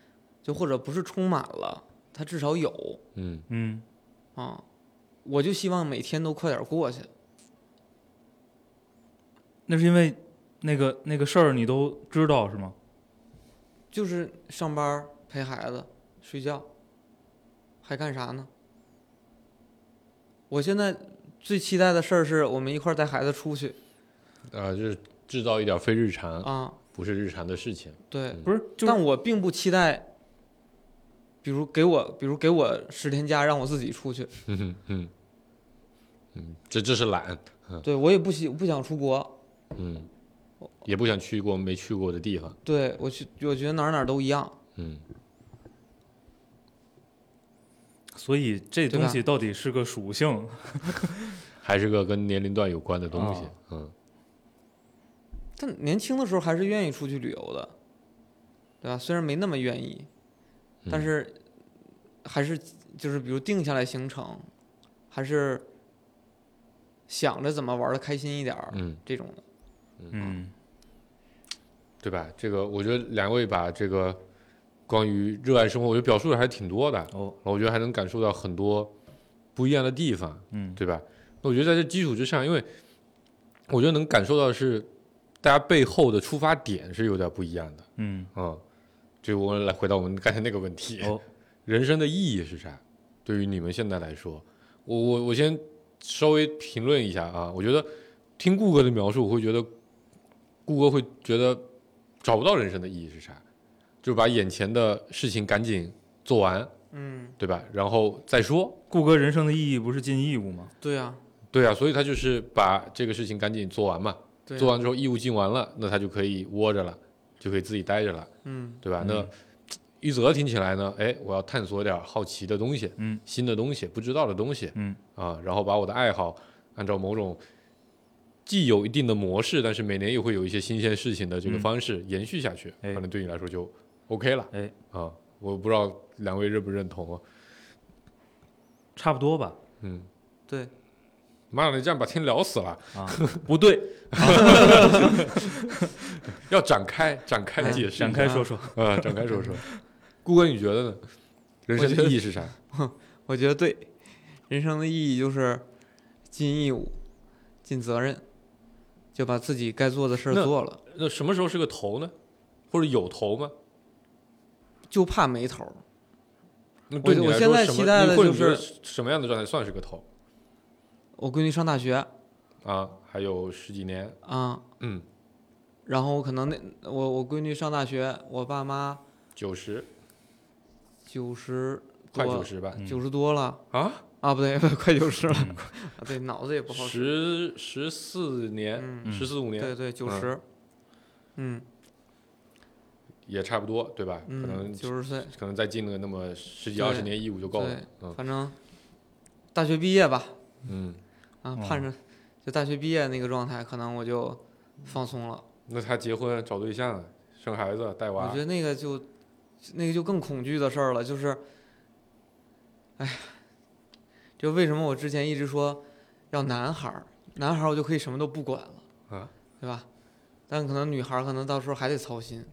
B: 就或者不是充满了，他至少有
D: 嗯
C: 嗯
B: 啊。我就希望每天都快点过去。，
C: 那是因为那个那个事儿你都知道是吗？
B: 就是上班儿、陪孩子、睡觉，还干啥呢？我现在最期待的事儿是我们一块儿带孩子出去
D: 啊，就是制造一点非日常，
B: 啊，
D: 不是日常的事情。
B: 对
D: 嗯。
C: 不是，就
B: 但我并不期待，比如给我，比如给我十天假让我自己出去，
D: 嗯嗯嗯，这这是懒。
B: 对我也不喜不想出国，
D: 嗯，也不想去过没去过的地方。
B: 对我去，我觉得哪儿哪儿都一样，
D: 嗯
C: 所以这
B: 对
C: 东
B: 吧
C: 西到底是个属性，
D: 还是个跟年龄段有关的东西
C: 啊。
D: 嗯，
B: 但年轻的时候还是愿意出去旅游的，对吧？虽然没那么愿意，
D: 嗯
B: 但是还是就是比如定下来行程，还是想着怎么玩的开心一点儿、
D: 嗯，
B: 这种的。
C: 嗯
D: 对吧？这个我觉得两位把这个关于热爱生活，我觉得表述的还挺多的，
C: 哦
D: 我觉得还能感受到很多不一样的地方。
C: 嗯
D: 对吧？那我觉得在这基础之上，因为我觉得能感受到的是大家背后的出发点是有点不一样的
C: 嗯
D: 啊、嗯。就我来回到我们刚才那个问题，
C: 哦
D: 人生的意义是啥？对于你们现在来说，我我我先稍微评论一下啊。我觉得听顾哥的描述，我会觉得顾哥会觉得找不到人生的意义是啥，就是把眼前的事情赶紧做完，
B: 嗯，
D: 对吧？然后再说，
C: 顾哥人生的意义不是尽义务吗？
B: 对啊，
D: 对啊，所以他就是把这个事情赶紧做完嘛，
B: 对啊
D: 做完之后义务尽完了，那他就可以窝着了，就可以自己待着了，
B: 嗯
D: 对吧？
C: 嗯
D: 那玉泽听起来呢，哎，我要探索点好奇的东西，
C: 嗯，
D: 新的东西，不知道的东西
C: 嗯
D: 啊，然后把我的爱好按照某种既有一定的模式，但是每年又会有一些新鲜事情的这个
C: 嗯
D: 方式延续下去，
C: 哎
D: 可能对你来说就 OK 了，
C: 哎
D: 啊，我不知道两位认不认同啊，
C: 差不多吧
D: 嗯，
B: 对，
D: 妈的，你这样把天聊死了。
C: 啊不 对，
D: 要展开展开解释一下，
C: 哎展开说说
D: 啊，展开说说。顾哥，你觉得呢？人生的意义是啥？
B: 我觉得对，人生的意义就是尽义务、尽责任，就把自己该做的事儿
D: 那
B: 做了，
D: 那什么时候是个头呢？或者有头吗？
B: 就怕没头儿。
D: 那对
B: 我
D: 你
B: 我
D: 来
B: 现
D: 说
B: 在
D: 什么
B: 期待的
D: 你会
B: 就
D: 你觉得
B: 是
D: 什么样的状态算是个头
B: 我闺女上大学
D: 啊？还有十几年，
B: 啊，
D: 嗯，
B: 然后可能那我我闺女上大学，我爸妈
D: 九十，
B: 九十
D: 快九
B: 多，
D: 十吧？
C: 嗯
B: 九十多了
D: 啊，
B: 啊，不对， 快九十了， 啊对，脑子也不好使。
D: 嗯十十四年，
B: 嗯，
C: 嗯
D: 十四五
B: 对
D: 年
B: 对，九十，嗯
D: 也差不多，对吧？可
B: 嗯，
D: 能
B: 九十岁，
D: 可能再进了那么十几二十
B: 对
D: 年义务就够了
B: 对。
D: 嗯
B: 反正大学毕业吧，
D: 嗯，
B: 啊，
C: 嗯
B: 盼着就大学毕业那个状态，可能我就放松了。
D: 那他结婚、找对象、生孩子、带
B: 我
D: 娃
B: 觉，得那个就那个就更恐惧的事儿了，就是，哎呀，就为什么我之前一直说要男孩儿，男孩儿我就可以什么都不管了，
D: 啊，
B: 对吧？但可能女孩儿可能到时候还得操心，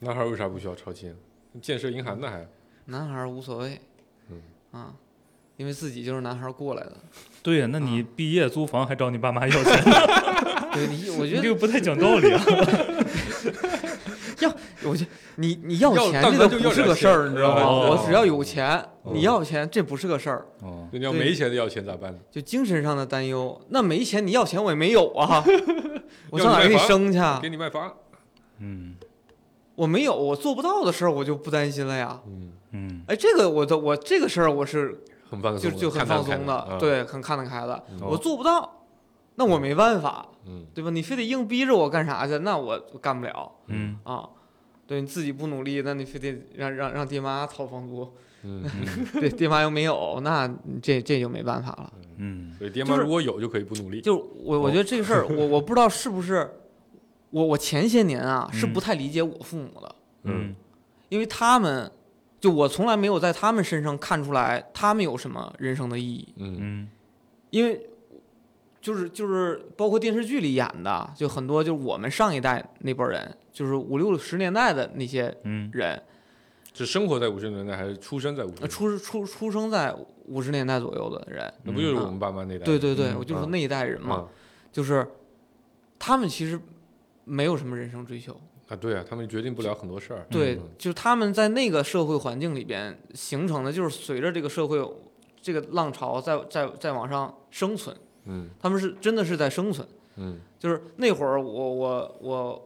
D: 男孩为啥不需要超亲？建设银行的还。
B: 男孩儿无所谓，
D: 嗯
B: 啊，因为自己就是男孩儿过来 的，
C: 对呀，那你毕业租房还找你爸妈要钱，
B: 对 你，我
C: 你
B: 觉
C: 这
B: 得
C: 个不太讲道理啊。
B: 我觉得你你要
D: 要
B: 钱
D: 但
B: 这个
D: 凡就
B: 不
D: 要
B: 是
D: 点
B: 个事儿，
D: 钱
B: 你知道吗？
C: 哦
B: 我只要有钱，
D: 哦
B: 你要钱这不是个事儿，
C: 哦，
D: 那你要
B: 对
D: 没钱的要钱咋办呢？
B: 就精神上的担忧。那没钱，你要钱我也没有 啊，我
D: 要
B: 上哪儿
D: 你
B: 给
D: 买
B: 你
D: 房
B: 生去？啊？
D: 给你卖房，
C: 嗯
B: 我没有，我做不到的事儿，我就不担心了呀。
D: 嗯，
C: 嗯
B: 哎，这个我都我这个事儿我是
D: 很放
B: 就
D: 松，
B: 就很
D: 看淡
B: 放松
D: 看嗯淡
B: 的，，对，很看得开的。
D: 嗯
B: 我做不到，那我没办法，
D: 嗯
B: 对吧？你非得硬逼着我干啥去，那我我干不了
C: 嗯
B: 啊。对你自己不努力，那你非得让让让爹妈掏房租，
D: 嗯，
B: 对爹妈又没有，那你这这就没办法了。
C: 嗯
D: 所以爹妈
B: 就是
D: 如果有就可以不努力，
B: 就是我我觉得这个事儿，我我不知道是不是我我前些年啊是
C: 嗯
B: 不太理解我父母的，
C: 嗯
B: 因为他们就我从来没有在他们身上看出来他们有什么人生的意义，
D: 嗯
C: 嗯
B: 因为就是就是包括电视剧里演的，就很多就是我们上一代那波人，就是五六十年代的那些
C: 嗯
B: 人，
D: 是生活在五十年代还是出生在五十
B: 呃
D: 年代？
B: 出出出生在五十年代左右的人，
D: 那不就是我们爸妈那代？
B: 对对对，
C: 嗯
B: 我就说
D: 嗯
B: 那一代人嘛，
D: 啊
B: 就是他们其实没有什么人生追求。
D: 啊，对啊，他们决定不了很多事儿，
B: 对
D: 嗯，
B: 就是他们在那个社会环境里边形成的，就是随着这个社会这个浪潮在在在往上生存，
D: 嗯
B: 他们是真的是在生存。
D: 嗯
B: 就是那会儿我我我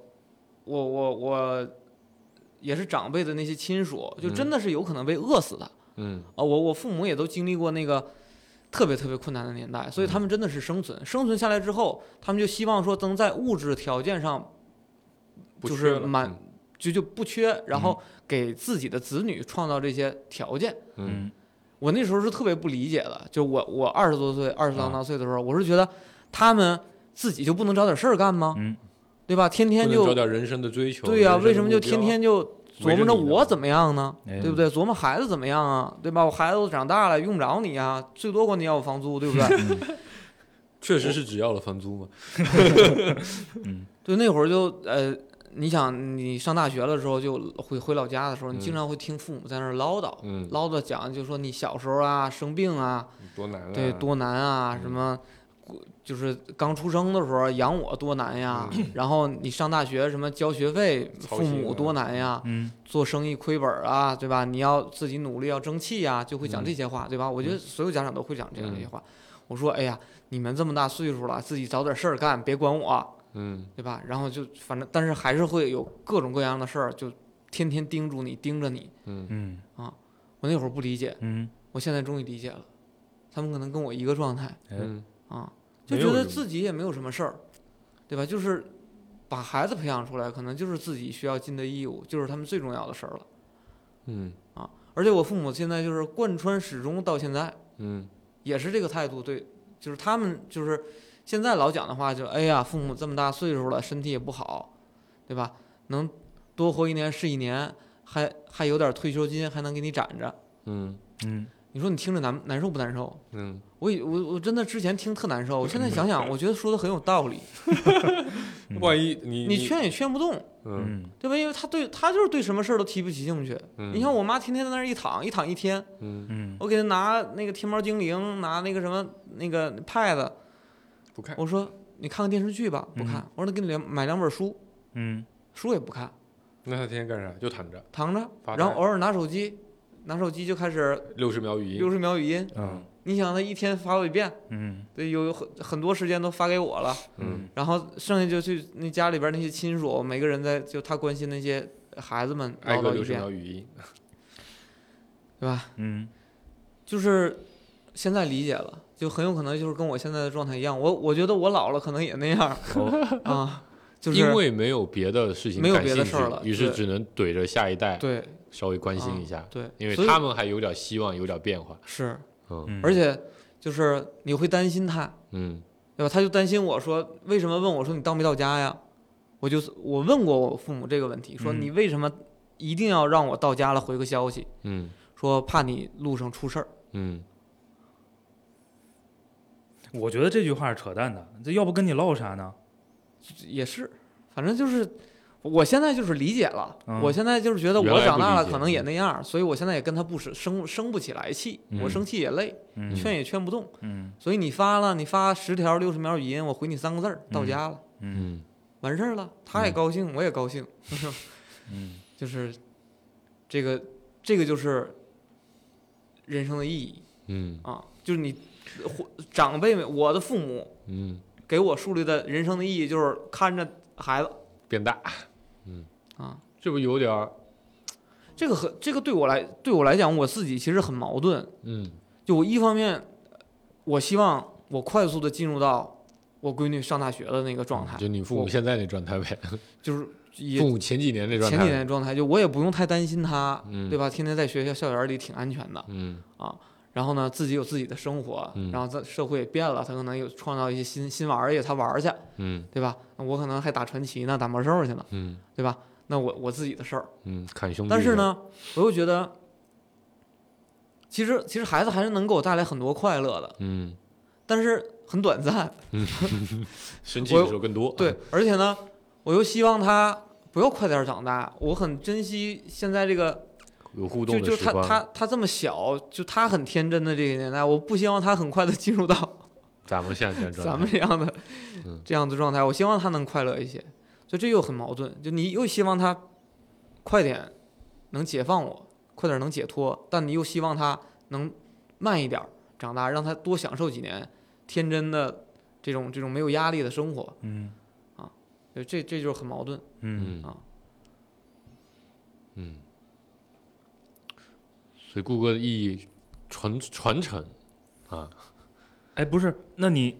B: 我我我也是长辈的那些亲属，就真的是有可能被饿死的啊、
D: 嗯
B: 我我父母也都经历过那个。特别特别困难的年代，所以他们真的是生存，生存下来之后，他们就希望说能在物质条件上
D: 不
B: 就
D: 缺
B: 是
D: 了
B: 满就就不缺，然后给自己的子女创造这些条件。
D: 嗯
B: 我那时候是特别不理解的，就我我二十多岁、二十郎当岁的时候，我是觉得他们自己就不能找点事儿干吗？
C: 嗯，
B: 对吧？天
D: 不
B: 天
D: 能
B: 就
D: 找点人生的追求。
B: 对呀、啊
D: 人生的
B: 为什么就
D: 目标
B: 天天就琢磨着我怎么样呢？
C: 围着你
D: 哎
C: 呢
B: 对不对？琢磨孩子怎么样啊？对吧？我孩子都长大了，用不着你啊，最多管你要我房租，对不对？
D: 确实是只要了房租嘛？
B: 对，那会儿就呃，你想你上大学了之后，就回回老家的时候，你经
D: 嗯
B: 常会听父母在那儿唠叨，
D: 嗯，
B: 唠叨讲就说你小时候啊生病啊，
D: 多难啊！
B: 对，多难啊，什
D: 嗯
B: 么。就是刚出生的时候养我多难啊呀， 然后你上大学什么交学费，
D: 嗯操
B: 父
D: 心
B: 母
D: 啊
B: 多难呀，
C: 嗯
B: 做生意亏本儿啊，对吧？你要自己努力，要争气呀、就会讲
D: 嗯
B: 这些话，对吧？我觉得所有家长都会讲这样
D: 嗯
B: 一些话。我说，哎呀，你们这么大岁数了，自己找点事儿干，别管我，
D: 嗯，
B: 对吧？然后就反正，但是还是会有各种各样的事儿，就天天叮嘱你，盯着你。
D: 嗯
C: 嗯
B: 我那会儿不理解，
C: 嗯，
B: 我现在终于理解了，他们可能跟我一个状态
C: 哎
D: 嗯
B: 啊，就
C: 没
B: 觉
C: 有
B: 得
C: 人
B: 自己也没有什么事儿，对吧？就是把孩子培养出来，可能就是自己需要尽的义务，就是他们最重要的事儿了。
D: 嗯
B: 而且我父母现在就是贯穿始终到现在，
D: 嗯
B: 也是这个态度。对，就是他们就是现在老讲的话就，哎呀，父母这么大岁数了，身体也不好，对吧？能多活一年是一年，还还有点退休金，还能给你攒着。
D: 嗯
C: 嗯
B: 你说你听着难难受不难受？
D: 嗯，
B: 我以我我真的之前听特难受，我现在想想，我觉得说的很有道理。
C: 嗯
D: 万一你
B: 你劝也劝不动，
D: 嗯
C: 嗯
B: 对吧？因为他对他就是对什么事儿都提不起兴趣。
D: 嗯，
B: 你看我妈天天在那儿一躺一躺一天，
D: 嗯
C: 嗯
B: 我给他拿那个天猫精灵，拿那个什么那个 Pad，
D: 不看
B: 我说你看个电视剧吧，不看。
D: 嗯
B: 我说那给你两买两本书，
C: 嗯
B: 书也不看，
D: 那他天天干啥？就躺着
B: 躺着，
D: 发
B: 然后
D: 呆
B: 偶尔拿手机，拿手机就开始
D: 六十秒语音，
B: 六十秒语音。
C: 嗯
B: 你想他一天发好几遍，
C: 嗯
B: 对，有有很很多时间都发给我了，
D: 嗯
B: 然后剩下就去那家里边那些亲属，每个人在就他关心那些孩子们
D: 挨
B: 唠
D: 个
B: 叨一
D: 六十
B: 遍，
D: 秒语音，
B: 对吧？
C: 嗯
B: 就是现在理解了，就很有可能就是跟我现在的状态一样。我我觉得我老了可能也那 样
C: 哦
B: 啊，就是
D: 因为没有别的事情
B: 没有
D: 感
B: 别的
D: 兴
B: 事儿
D: 趣
B: 了
D: 于是
B: 对
D: 只能怼着下一代
B: 对
D: 稍微关心一下，
B: 对，
D: 因为
B: 所以
D: 他们还有点希望，有点变化。
B: 是，
D: 嗯
C: 嗯
B: 而且就是你会担心他，
D: 嗯
B: 对吧？他就担心我说为什么问我说你到没到家呀？我就我问过我父母这个问题，说
C: 嗯
B: 你为什么一定要让我到家了回个消息？
D: 嗯
B: 说怕你路上出事儿。
D: 嗯
C: 我觉得这句话是扯淡的，这要不跟你唠啥呢？
B: 也是，反正就是，我现在就是理解了，
C: 嗯
B: 我现在就是觉得
D: 原来
B: 我
D: 不
B: 长大了
D: 理解嗯
B: 可能也那样儿，所以我现在也跟他不是生生不起来气，我
D: 嗯
B: 生气也累，
C: 嗯
B: 劝也劝不动，
C: 嗯
B: 所以你发了，你发十条六十秒语音，我回你三个字儿，到
C: 嗯
B: 家了，
C: 嗯
D: 嗯
B: 完事儿了，他也高兴，我也高兴，
C: 嗯
B: 就是这个这个就是人生的意义
D: 嗯
B: 啊，就是你或长辈们，我的父母
D: 嗯，
B: 给我树立的人生的意义就是看着孩子
D: 变大，嗯
B: 啊。
D: 这不有点儿
B: 这个很，这个对我来对我来讲，我自己其实很矛盾。
D: 嗯
B: 就我一方面，我希望我快速的进入到我闺女上大学的那个状态，
D: 就你父母
B: 啊我
D: 现在那状态呗，
B: 就是也
D: 嗯父母前几年那状态，
B: 前几年的状态，就我也不用太担心她，
D: 嗯
B: 对吧？天天在学校校园里挺安全的。
D: 嗯
B: 然后呢，自己有自己的生活，
D: 嗯
B: 然后在社会也变了，她可能有创造一些新新玩意儿，她玩儿去，
D: 嗯
B: 对吧？那我可能还打传奇呢，打魔兽去呢，
D: 嗯
B: 对吧？那我我自己的事儿，
D: 嗯，砍兄弟，
B: 但是，呢，我又觉得，其实其实孩子还是能给我带来很多快乐的，
D: 嗯，
B: 但是很短暂。
D: 生气的时候更多，
B: 对，而且呢，我又希望他不要快点长大，我很珍惜现在这个，
D: 有互
B: 就
D: 动
B: 就
D: 的时
B: 他
D: 光，
B: 他他这么小，就他很天真的这个年代，我不希望他很快的进入到
D: 咱们现在这
B: 咱
D: 状
B: 们这
D: 态，
B: 样的
D: 嗯
B: 这样的状态，我希望他能快乐一些，所以这又很矛盾，就你又希望他快点能解放我，快点能解脱，但你又希望他能慢一点儿长大，让他多享受几年天真的这种这种没有压力的生活，
C: 嗯
B: 就这这就是很矛盾。
C: 嗯
D: 嗯
B: 啊
D: 嗯，所以顾哥的意义传传承啊，
C: 哎，不是，那你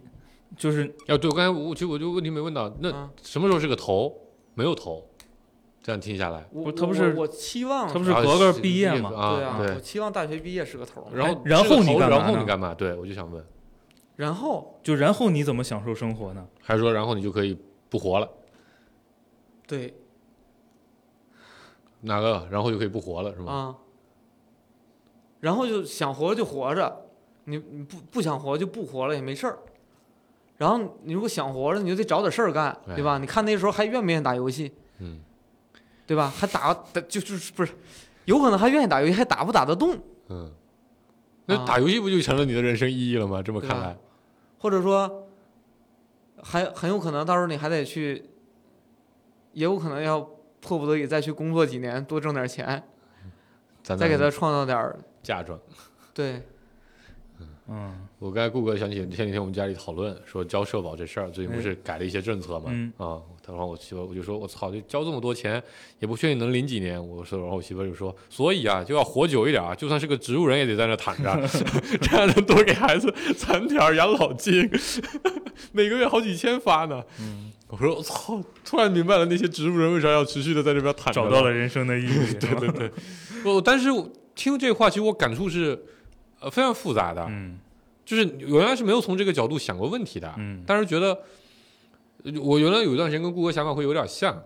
C: 就是
D: 哎啊，对，我刚才我其实我就问题没问到，那
B: 啊
D: 什么时候是个头？没有头，这样听下来，
B: 我
C: 不他
B: 我
C: 不是
B: 我期望
C: 他不
B: 是
C: 是
D: 啊
C: 格格
D: 是
C: 毕业
D: 这个
C: 嘛
D: 啊
B: 对啊，
D: 对
B: 我期望大学毕业是个头儿。
D: 然后
C: 然后
D: 这个
C: 你
D: 头
C: 干嘛
D: 然后
C: 呢
D: 你干嘛？对我就想问，
B: 然后
C: 就然后你怎么享受生活呢？
D: 还是说然后你就可以不活了？
B: 对
D: 哪个？然后就可以不活了是吗？
B: 啊，然后就想活就活着，你你不不想活就不活了也没事儿。然后你如果想活着，你就得找点事儿干，
D: 对
B: 对吧？你看那时候还愿不愿意打游戏，
D: 嗯
B: 对吧？还打打就就是不是，有可能还愿意打游戏，还打不打得动？
D: 嗯，那打游戏不就成了你的人生意义了吗？这么看
B: 对啊
D: 来，
B: 或者说，还很有可能到时候你还得去，也有可能要迫不得已再去工作几年，多挣点钱，
D: 咱
B: 再给
D: 咱
B: 他创造点儿
D: 嫁妆。
B: 对，
C: 嗯
D: 我刚才顾哥想起前几天我们家里讨论说交社保这事儿，最近不
C: 哎
D: 是改了一些政策嘛？
C: 嗯
D: 啊，他说我媳妇儿我就说我操，就交这么多钱也不确定能领几年。我说，然后我媳妇儿就说，所以啊就要活久一点啊，就算是个植物人也得在那 躺着，这样能多给孩子攒点儿养老金， 每个月好几千发呢。
C: 嗯，
D: 我说我操，突然明白了那些植物人为啥要持续的在这边躺着。
C: 找到了人生的意义。对对对，
D: 我，但是我听这话其实我感触是呃非常复杂的，
C: 嗯
D: 就是我原来是没有从这个角度想过问题的。
C: 嗯
D: 但是觉得，呃我原来有一段时间跟顾哥想法会有点像，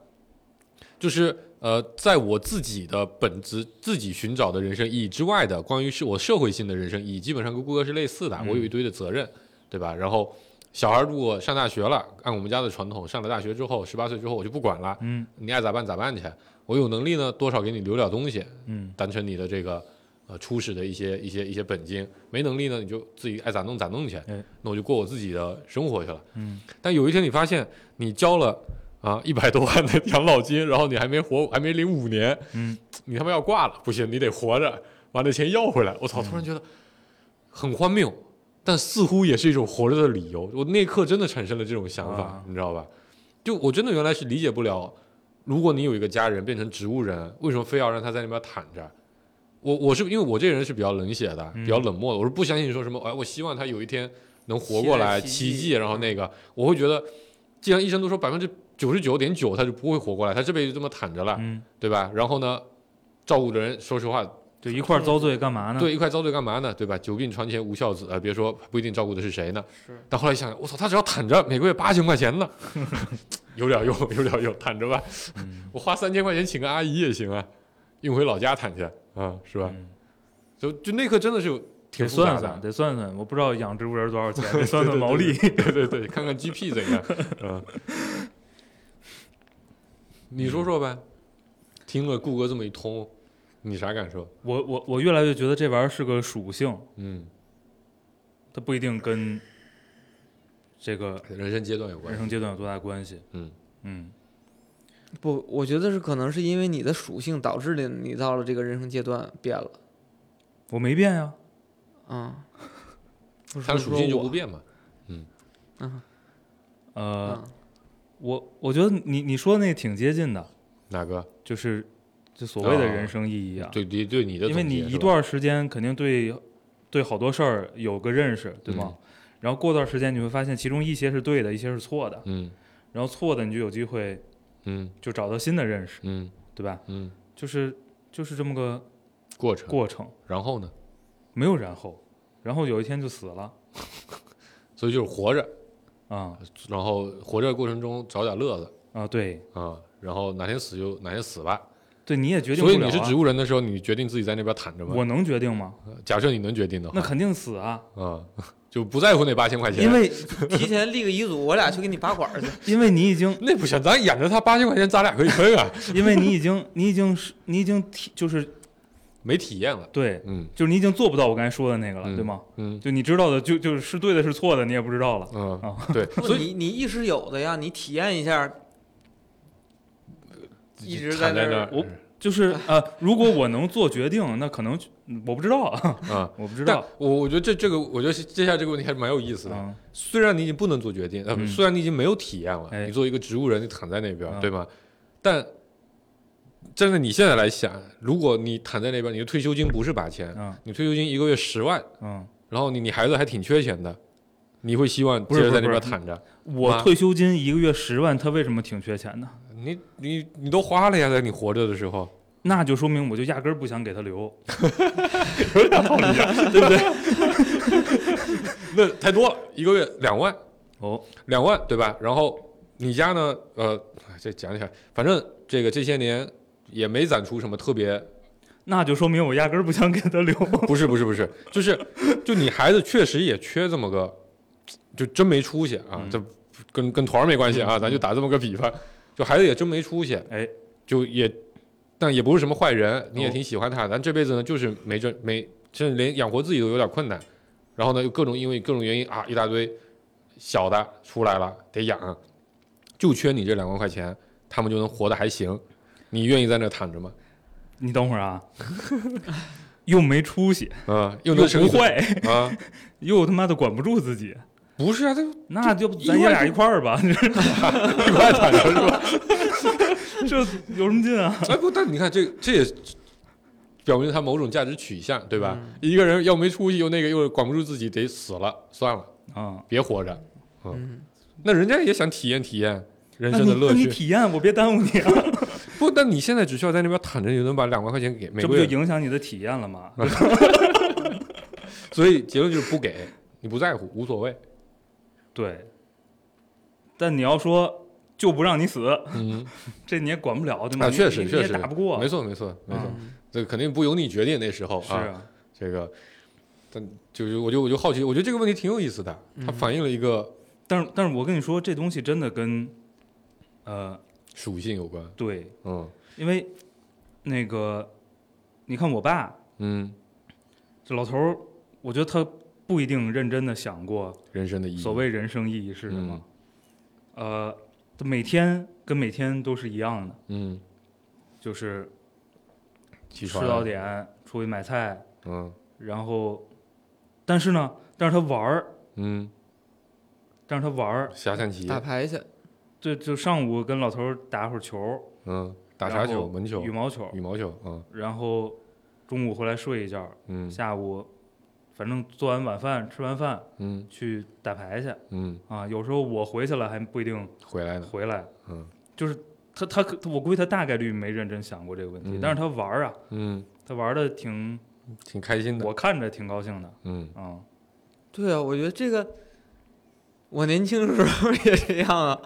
D: 就是呃，在我自己的本职、自己寻找的人生意义之外的，关于是我社会性的人生意义，基本上跟顾哥是类似的。
C: 嗯
D: 我有一堆的责任，对吧？然后小孩如果上大学了，按我们家的传统，上了大学之后，十八岁之后我就不管了，
C: 嗯
D: 你爱咋办咋办去。我有能力呢，多少给你留点东西，
C: 嗯
D: 单纯你的这个呃初始的一些一些一些本金。没能力呢，你就自己爱咋弄咋弄去
C: 哎。
D: 那我就过我自己的生活去了。
C: 嗯
D: 但有一天你发现你交了啊一百多万的养老金，然后你还没活，还没领五年，
C: 嗯，
D: 你他妈要挂了，不行，你得活着把那钱要回来。我操！
C: 嗯
D: 突然觉得很荒谬，但似乎也是一种活着的理由。我那一刻真的产生了这种想法
C: 啊，
D: 你知道吧？就我真的原来是理解不了，如果你有一个家人变成植物人，为什么非要让他在那边躺着？我我是因为我这人是比较冷血的，
C: 嗯
D: 比较冷漠的，我是不相信说什么哎，我希望他有一天能活过来，
B: 奇
D: 奇
B: 迹
D: 迹，然后那
C: 嗯
D: 个我会觉得，既然医生都说百分之九十九点九他就不会活过来，他这辈子就这么躺着了，
C: 嗯，
D: 对吧？然后呢，照顾的人说实话
C: 就一块儿遭罪干嘛呢？
D: 对，一块遭罪干嘛呢？对吧？久病床前无孝子，呃，别说不一定照顾的是谁呢。
B: 是
D: 但后来一想，我操，他只要躺着，每个月八千块钱呢， 有点用，有点用，躺着吧。
C: 嗯，
D: 我花三千块钱请个阿姨也行啊，运回老家躺去啊、是吧？
C: 嗯
D: 就就那刻真的是有挺
C: 得
D: 复
C: 算
D: 杂的
C: 算，得算算，我不知道养植物人多少钱，得算算毛利。
D: 对对对，看看 GP 怎样， 嗯。你说说呗，听了顾哥这么一通，你啥感受？
C: 我我我越来越觉得这玩意儿是个属性，
D: 嗯，
C: 它不一定跟这个
D: 人生阶段有关
C: 人生阶段有多大关系。
D: 嗯
C: 嗯
B: 不，我觉得是可能是因为你的属性导致的，你到了这个人生阶段变了
C: 我没变呀，
B: 啊。不是
D: 它的
B: 说
D: 属性就不
B: 我
D: 变嘛。
C: 呃，
D: 嗯
B: 啊，
C: 我我觉得你你说那挺接近的，
D: 哪个？
C: 就是就所谓的
D: 哦
C: 人生意义啊，
D: 对对对，你的
C: 因为
D: 总
C: 你
D: 结
C: 一
D: 是吧
C: 段时间肯定对对好多事儿有个认识，对吗？
D: 嗯
C: 然后过段时间你会发现其中一些是对的，一些是错的，
D: 嗯
C: 然后错的你就有机会
D: 嗯
C: 就找到新的认识，
D: 嗯
C: 对吧？
D: 嗯，
C: 就是就是这么个
D: 过程。
C: 过程，
D: 然后呢？
C: 没有然后，然后有一天就死了
D: 所以就是活着，
C: 啊
D: 然后活着的过程中找点乐子
C: 啊！对
D: 啊、然后哪天死就哪天死吧。
C: 对，你也决定
D: 所
C: 不
D: 以
C: 了、啊。
D: 你是植物人的时候，你决定自己在那边躺着吗？
C: 我能决定吗？
D: 假设你能决定的话，
C: 那肯定死啊，
D: 啊、就不在乎那八千块钱，
B: 因为提前立个遗嘱，我俩去给你拔管儿去。
C: 因为你已经
D: 那不行，咱养着他八千块钱，咱俩可以分啊，
C: 因为你已经，你已经是，你已经体就是
D: 没体验了。
C: 对，
D: 嗯
C: 就是你已经做不到我刚才说的那个了，
D: 嗯
C: 对吗？
D: 嗯
C: 就你知道的，就就是是对的，是错的，你也不知道了。
D: 嗯
C: 啊，
D: 对，
B: 不
D: 所以
B: 你你意识有的呀，你体验一下，一直
D: 躺在
B: 那
D: 儿
B: 儿。
C: 我就是呃，如果我能做决定，那可能就我不知道，啊，
D: 啊。
C: 我不知
D: 但
C: 道。
D: 我我觉得这这个，我觉得接下来这个问题还是蛮有意思的。
C: 嗯
D: 虽然你已经不能做决定，呃，
C: 嗯
D: 虽然你已经没有体验了，
C: 哎
D: 你作为一个植物人，你躺在那边，
C: 嗯
D: 对吗？但站在你现在来想，如果你躺在那边，你的退休金不是八千，
C: 嗯
D: 你退休金一个月十万，
C: 嗯，
D: 然后你你孩子还挺缺钱的，你会希望
C: 不
D: 接
C: 是
D: 着在
C: 不
D: 那
C: 是
D: 边
C: 不是
D: 躺着？
C: 我
D: 妈
C: 退休金一个月十万，他为什么挺缺钱的？
D: 你你你都花了呀，在你活着的时候，
C: 那就说明我就压根儿不想给他留。
D: 那太多了，一个月两万，
C: 哦，
D: 两万对吧？然后你家呢，呃，这讲一下，反正这个这些年也没攒出什么特别，
C: 那就说明我压根儿不想给他留。
D: 不是不是不是，就是就你孩子确实也缺这么个，就真没出息啊，
C: 嗯
D: 这跟跟团儿没关系啊，咱就打这么个比方，就孩子也真没出息，
C: 哎，
D: 就也但也不是什么坏
C: 哦
D: 人，你也挺喜欢他，咱这辈子呢就是没这没，甚至连养活自己都有点困难，然后呢又各种因为各种原因啊一大堆小的出来了得养，就缺你这两万块钱，他们就能活得还行，你愿意在那躺着吗？
C: 你等会儿啊， 又没出息，
D: 啊，又
C: 又
D: 能生
C: 不
D: 存
C: 会，
D: 啊？
C: 又他妈的管不住自己，
D: 不是啊，他
C: 那就
D: 一
C: 咱爷
D: 块
C: 俩一块儿吧，
D: 一块躺着是吧？
C: 这有什么劲啊？
D: 哎不，但你看这这也表明他某种价值取向，对吧？
C: 嗯
D: 一个人要没出息，又那个又管不住自己，得死了，算了，
C: 啊，
D: 别活着。
B: 嗯，
D: 那人家也想体验体验人
C: 那
D: 生
C: 你
D: 的乐
C: 那你
D: 趣。
C: 体验，我别耽误你啊，
D: 不，但你现在只需要在那边躺着，你就能把两万块钱给每
C: 这
D: 个
C: 不就
D: 月。
C: 影响你的体验了 吗？
D: 所以结论就是不给，你不在乎，无所谓。
C: 对，但你要说就不让你死，
D: 嗯，
C: 这你也管不了，对吗？
D: 啊
C: 你
D: 确实
C: 你你
D: 确
C: 也
D: 实
C: 打不过，
D: 没错，没错，没错
C: 嗯。
D: 这个肯定不由你决定，那时候
C: 是
D: 啊，
C: 啊，
D: 这个，但就是我就我就好奇，我觉得这个问题挺有意思的，它
B: 嗯
D: 反映了一个
C: 但是但是我跟你说，这东西真的跟，呃，
D: 属性有关。
C: 对，
D: 嗯
C: 因为那个，你看我爸
D: 嗯，
C: 这老头儿，我觉得他不一定认真的想过
D: 嗯人生的意义。嗯
C: 所谓人生意义是什么，呃，他每天跟每天都是一样的，
D: 嗯，
C: 就是
D: 起
C: 吃
D: 床
C: 到点出去买菜，
D: 嗯
C: 然后，但是呢，但是他玩儿，
D: 嗯，
C: 但是他玩儿，
D: 下象棋，
B: 打牌去，
C: 就就上午跟老头儿打会儿球儿，
D: 嗯，打
C: 然
D: 啥球？
C: 后
D: 门球
C: 羽、毛球儿，
D: 羽毛球，嗯
C: 然后中午回来睡一觉，
D: 嗯
C: 下午反正做完晚饭吃完饭
D: 嗯
C: 去打牌去
D: 嗯，
C: 啊。有时候我回去了还不一定
D: 回来呢，
C: 回来，
D: 嗯
C: 就是他他可我估计他大概率没认真想过这个问题，
D: 嗯
C: 但是他玩儿啊，
D: 嗯，
C: 他玩的挺，
D: 挺开心的，
C: 我看着挺高兴的
D: 嗯，
C: 啊。
B: 对啊，我觉得这个，我年轻的时候也这样啊，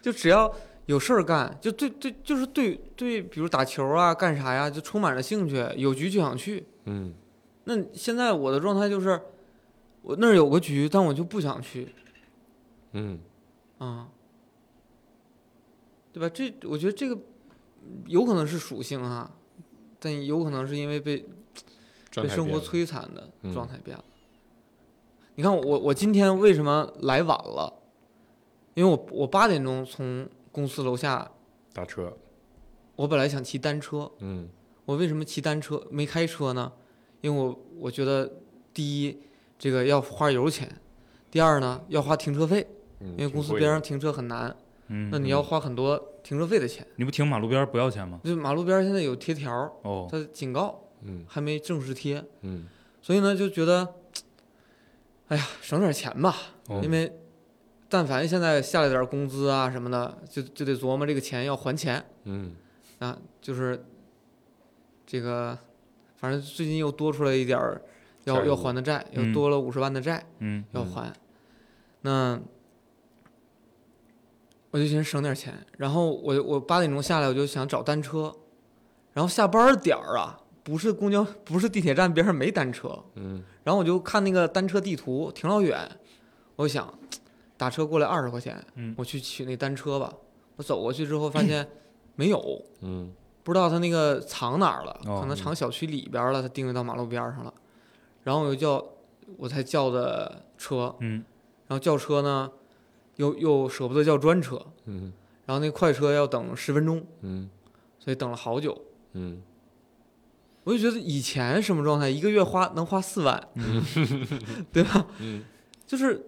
B: 就只要有事儿干，就对对，就是对对，比如打球啊，干啥呀，就充满了兴趣，有局就想去。
D: 嗯
B: 那现在我的状态就是，我那儿有个局，但我就不想去
D: 嗯，
B: 啊，对吧？这我觉得这个有可能是属性啊，但有可能是因为被
D: 状
B: 被
D: 态
B: 生活
D: 变了，
B: 摧残的
D: 嗯
B: 状态变了。你看我我今天为什么来晚了？因为我我八点钟从公司楼下，
D: 打车，
B: 我本来想骑单车，
D: 嗯
B: 我为什么骑单车没开车呢？因为我我觉得第一这个要花油钱，第二呢要花停车费，
D: 嗯，
B: 因为公
D: 挺
B: 司
D: 贵
B: 边
D: 的
B: 上，停车很难，
C: 嗯，
B: 那你要花很多停车费的钱。
C: 你不停马路边儿不要
D: 哦
C: 钱吗？
B: 就马路边儿现在有贴条儿，
C: 哦，
B: 它警告
D: 嗯
B: 还没正式贴，
D: 嗯
B: 所以呢就觉得，哎呀，省点钱吧，
C: 哦
B: 因为但凡现在下了点工资啊什么的，就就得琢磨这个钱要还钱
D: 嗯
B: 啊，就是这个，反正最近又多出来一点儿
D: 债
B: 要
D: 务
B: 要还的债，
C: 嗯
B: 又多了五十万的债、
C: 嗯，
B: 要
D: 嗯
B: 还，那我就寻思省点钱，然后我我八点钟下来我就想找单车，然后下班儿点儿啊，不是公交不是地铁站边上没单车，
D: 嗯
B: 然后我就看那个单车地图，停老远，我想打车过来二十块钱，
C: 嗯
B: 我去取那单车吧。我走过去之后发现没有，
D: 嗯
B: 不知道他那个藏哪儿了，
C: 哦
B: 可能藏小区里边儿了，他定位到马路边儿上了。然后我就叫，我才叫的车，
C: 嗯，
B: 然后叫车呢，又又舍不得叫专车，
D: 嗯
B: 然后那快车要等十分钟，
D: 嗯
B: 所以等了好久。
D: 嗯
B: 我就觉得以前什么状态，一个月花能花四万， 对吧？
D: 嗯
B: 就是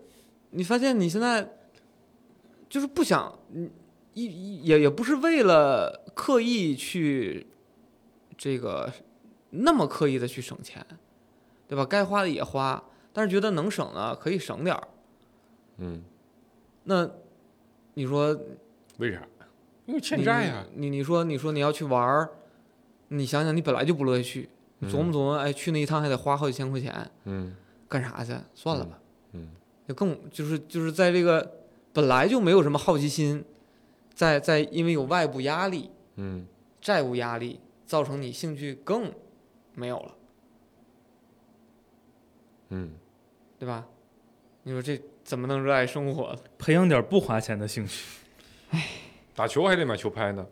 B: 你发现你现在就是不想，嗯，一也也不是为了刻意去这个那么刻意的去省钱，对吧？该花的也花，但是觉得能省呢可以省点儿。
D: 嗯，
B: 那你说
D: 为啥？因为欠债呀、
B: 你你你说你说你要去玩儿，你想想你本来就不乐意去，你琢磨琢磨，哎，去那一趟还得花好几千块钱，
D: 嗯
B: 干啥去？算了吧。
D: 嗯
B: 就更就是就是在这个本来就没有什么好奇心，在在因为有外部压力、
D: 嗯
B: 债务压力，造成你兴趣更没有了，
D: 嗯，
B: 对吧？你说这怎么能热爱生活呢？
C: 培养点不花钱的兴趣，
D: 打球还得买球拍呢。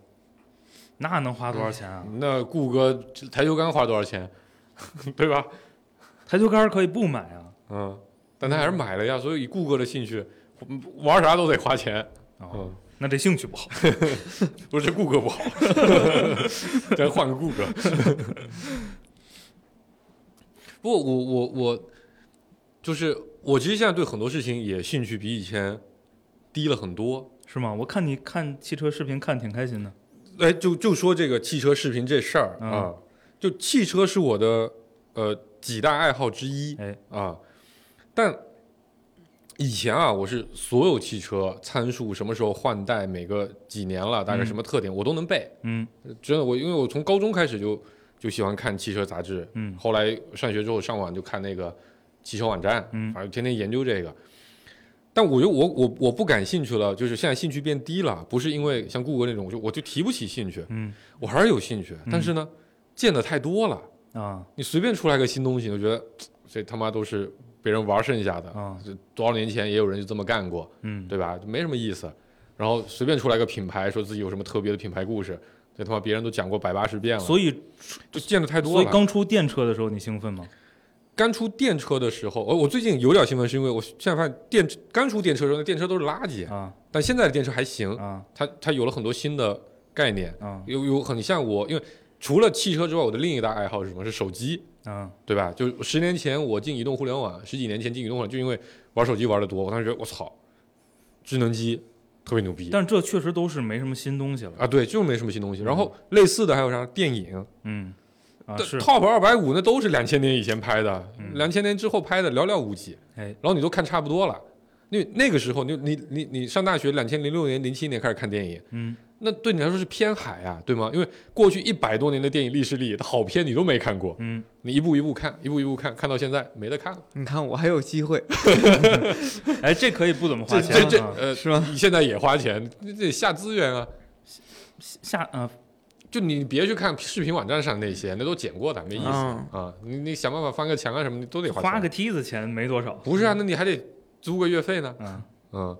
C: 那能花多少钱啊？
D: 那顾哥这台球杆花多少钱，对吧？
C: 台球杆儿可以不买啊。
D: 嗯，但他还是买了呀。所以以顾哥的兴趣，玩啥都得花钱。
C: 哦，
D: 嗯，
C: 那这兴趣不好。
D: 不是这顾哥不好，咱换个顾哥。不过我我我，就是我其实现在对很多事情也兴趣比以前低了很多。
C: 是吗？我看你看汽车视频看挺开心的，
D: 哎，就就说这个汽车视频这事儿
C: 嗯
D: 啊，就汽车是我的呃几大爱好之一，
C: 哎
D: 啊，但以前啊，我是所有汽车参数什么时候换代，每个几年了，大概
C: 嗯
D: 什么特点、我都能背，
C: 嗯
D: 真的我因为我从高中开始就就喜欢看汽车杂志，
C: 嗯
D: 后来上学之后上网就看那个汽车网站，
C: 嗯
D: 反正天天研究这个。但我就我我我不感兴趣了，就是现在兴趣变低了，不是因为像顾哥那种，我就我就提不起兴趣，
C: 嗯
D: 我还是有兴趣，但是呢，见的太多了，
C: 啊
D: 你随便出来个新东西，我觉得这他妈都是别人玩剩下的，
C: 啊
D: 这多少年前也有人就这么干过，
C: 嗯
D: 对吧？就没什么意思。然后随便出来个品牌，说自己有什么特别的品牌故事，这他妈别人都讲过百八十遍了，
C: 所以
D: 就见的太多
C: 所以
D: 了。
C: 刚出电车的时候你兴奋吗？
D: 刚出电车的时候，哦我我最近有点兴奋，是因为我现在发现电刚出电车的时候，那电车都是垃圾，
C: 啊
D: 但现在的电车还行，
C: 啊
D: 它它有了很多新的概念，
C: 啊
D: 有有很像我，因为除了汽车之外，我的另一大爱好是什么？是手机。
C: 啊
D: 对吧？就是十年前我进移动互联网，十几年前进移动互联网，就因为玩手机玩的多，我当时觉得我操，智能机特别牛逼
C: 但这确实都是没什么新东西了。
D: 啊！对，就是没什么新东西。然后类似的还有啥电影、
C: 嗯啊
D: 但
C: 是
D: Top 二百五那都是两千年以前拍的，
C: 嗯
D: 两千、年之后拍的寥寥无几。
C: 哎
D: 然后你都看差不多了，因为那个时候你你你你上大学，两千零六年、零七年开始看电影，
C: 嗯
D: 那对你来说是偏海啊，对吗？因为过去一百多年的电影历史里，好片你都没看过，
C: 嗯
D: 你一步一步看，一步一步看，看到现在没得看了。
B: 你看我还有机会，
C: 哎这可以不怎么花
D: 这这
C: 钱
D: 这
C: 啊
D: 呃，
B: 是吧？
D: 你现在也花钱，你得下资源啊。
C: 下啊
D: 就你别去看视频网站上那些，那都剪过的，没意思、
B: 嗯
D: 啊。你你想办法翻个墙啊什么，你都得花钱。
C: 花个梯子钱没多少
D: 不是啊，那你还得租个月费呢。
C: 啊
D: 嗯，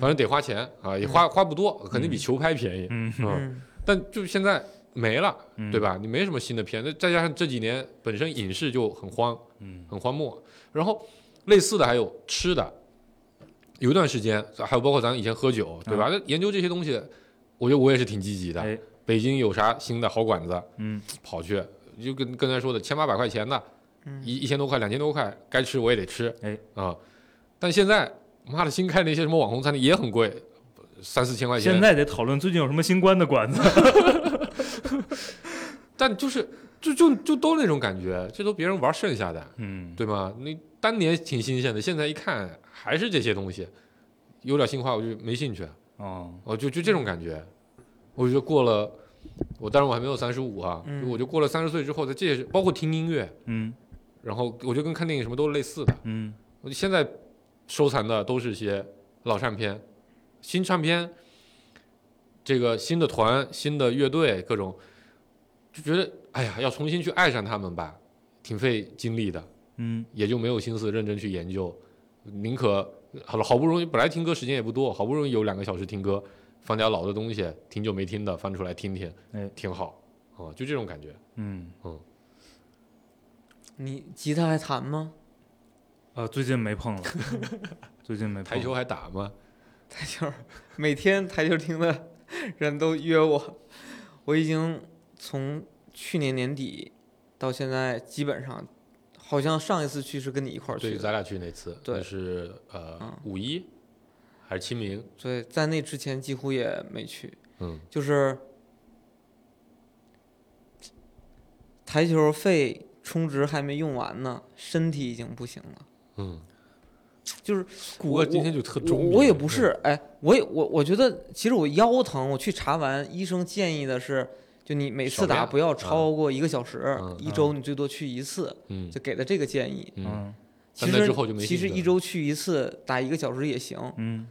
D: 反正得花钱啊，也花花不多，肯定比球拍便宜。
C: 嗯
B: 嗯，
D: 但就现在没了，
C: 嗯
D: 对吧？你没什么新的片，那再加上这几年本身影视就很荒，
C: 嗯
D: 很荒漠。然后类似的还有吃的，有一段时间还有包括咱以前喝酒，对吧？那、研究这些东西，我觉得我也是挺积极的。
C: 嗯哎
D: 北京有啥新的好馆子，
C: 嗯
D: 跑去就跟刚才说的千八百块钱的，一一千多块、两千多块，该吃我也得吃。
C: 哎
D: 啊、但现在妈的新开那些什么网红餐厅也很贵，三四千块钱。
C: 现在得讨论最近有什么新关的馆子
D: 但就是就就就都那种感觉，这都别人玩剩下的。
C: 嗯
D: 对吗？你当年挺新鲜的，现在一看还是这些东西，有点新花我就没兴趣，
C: 哦
D: 哦，就就这种感觉。我就过了，我当然我还没有三十五哈，
B: 嗯
D: 就我就过了三十岁之后，在这些包括听音乐，
C: 嗯
D: 然后我就跟看电影什么都是类似的。
C: 嗯
D: 我现在收藏的都是些老唱片、新唱片，这个新的团、新的乐队各种，就觉得哎呀，要重新去爱上他们吧，挺费精力的。
C: 嗯
D: 也就没有心思认真去研究，宁可好了，好不容易本来听歌时间也不多，好不容易有两个小时听歌，翻点老的东西，挺久没听的翻出来听听，
C: 哎
D: 挺好啊、就这种感觉。
C: 嗯
B: 你吉他还弹吗？
C: 啊最近没 碰了，最近
B: 哎
C: 没碰
D: 台球还打吗？
B: 台球， 每天台球厅的人都约我，我已经从去年年底到现在，基本上好像上一次去是跟你一块儿去
D: 对，
B: 的，
D: 咱俩去那次，
B: 对
D: 那是呃、
B: 嗯
D: 五一还是清明？
B: 对，在那之前几乎也没去，
D: 嗯
B: 就是台球费充值还没用完呢，身体已经不行了。
D: 嗯，
B: 就是
D: 谷
B: 我
D: 歌今天就特
B: 我
D: 中，
B: 我也不，是，哎，我也我我觉得其实我腰疼，我去查完，医生建议的是，就你每次
D: 少
B: 打
D: 量
B: 不要超过一个小时，
D: 嗯
B: 一周你最多去一次，
D: 嗯
B: 就给了这个建议。
D: 嗯，
C: 嗯
B: 其
D: 但那
B: 实
D: 之后就没
B: 其
D: 信
B: 实
D: 了
B: 一周去一次，打一个小时也行。
C: 嗯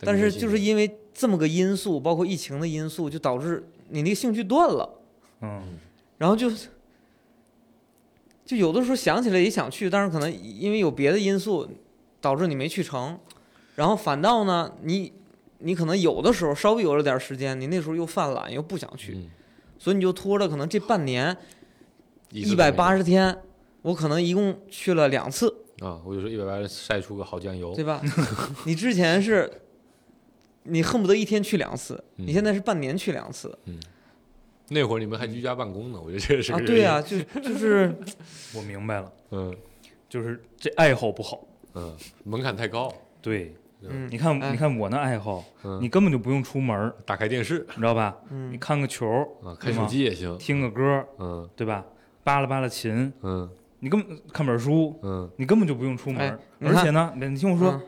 B: 但是
D: 没
B: 就
D: 信
B: 是
D: 了
B: 因为这么个因素，包括疫情的因素，就导致你那个兴趣断了，
C: 嗯
B: 然后就就有的时候想起来也想去，但是可能因为有别的因素导致你没去成，然后反倒呢，你你可能有的时候稍微有了点时间，你那时候又犯懒又不想去，
D: 嗯
B: 所以你就拖着，可能这半年
D: 一
B: 一百八
D: 十
B: 十天，我可能一共去了两次，
D: 啊，我就说一百八十晒出个好酱油
C: 哦
B: 对，吧？你之前是，你恨不得一天去两次，
D: 嗯
B: 你现在是半年去两次。
D: 那会儿你们还居家办公呢，我觉得这是
B: 啊
D: 个，
B: 对
D: 原
B: 啊，就 就是
C: 我明白了，
D: 因，嗯
C: 就是这爱好不好。
D: 嗯，门槛太高，
C: 对，
B: 嗯
C: 你看，
B: 哎
C: 你看我那爱好，
D: 嗯
C: 你根本就不用出门儿，
D: 打开电视
C: 你知道吧？你
B: 嗯，
C: 看个球儿，
D: 啊，看
C: 对
D: 手
C: 吗
D: 机也行，
C: 听个歌儿，
D: 嗯
C: 对吧？扒拉扒拉琴，
D: 嗯
C: 你根本看本书，
D: 嗯
C: 你根本就不用出门
B: 哎
C: 儿。
B: 你
C: 而
B: 看
C: 且呢，你听我
B: 嗯
C: 说，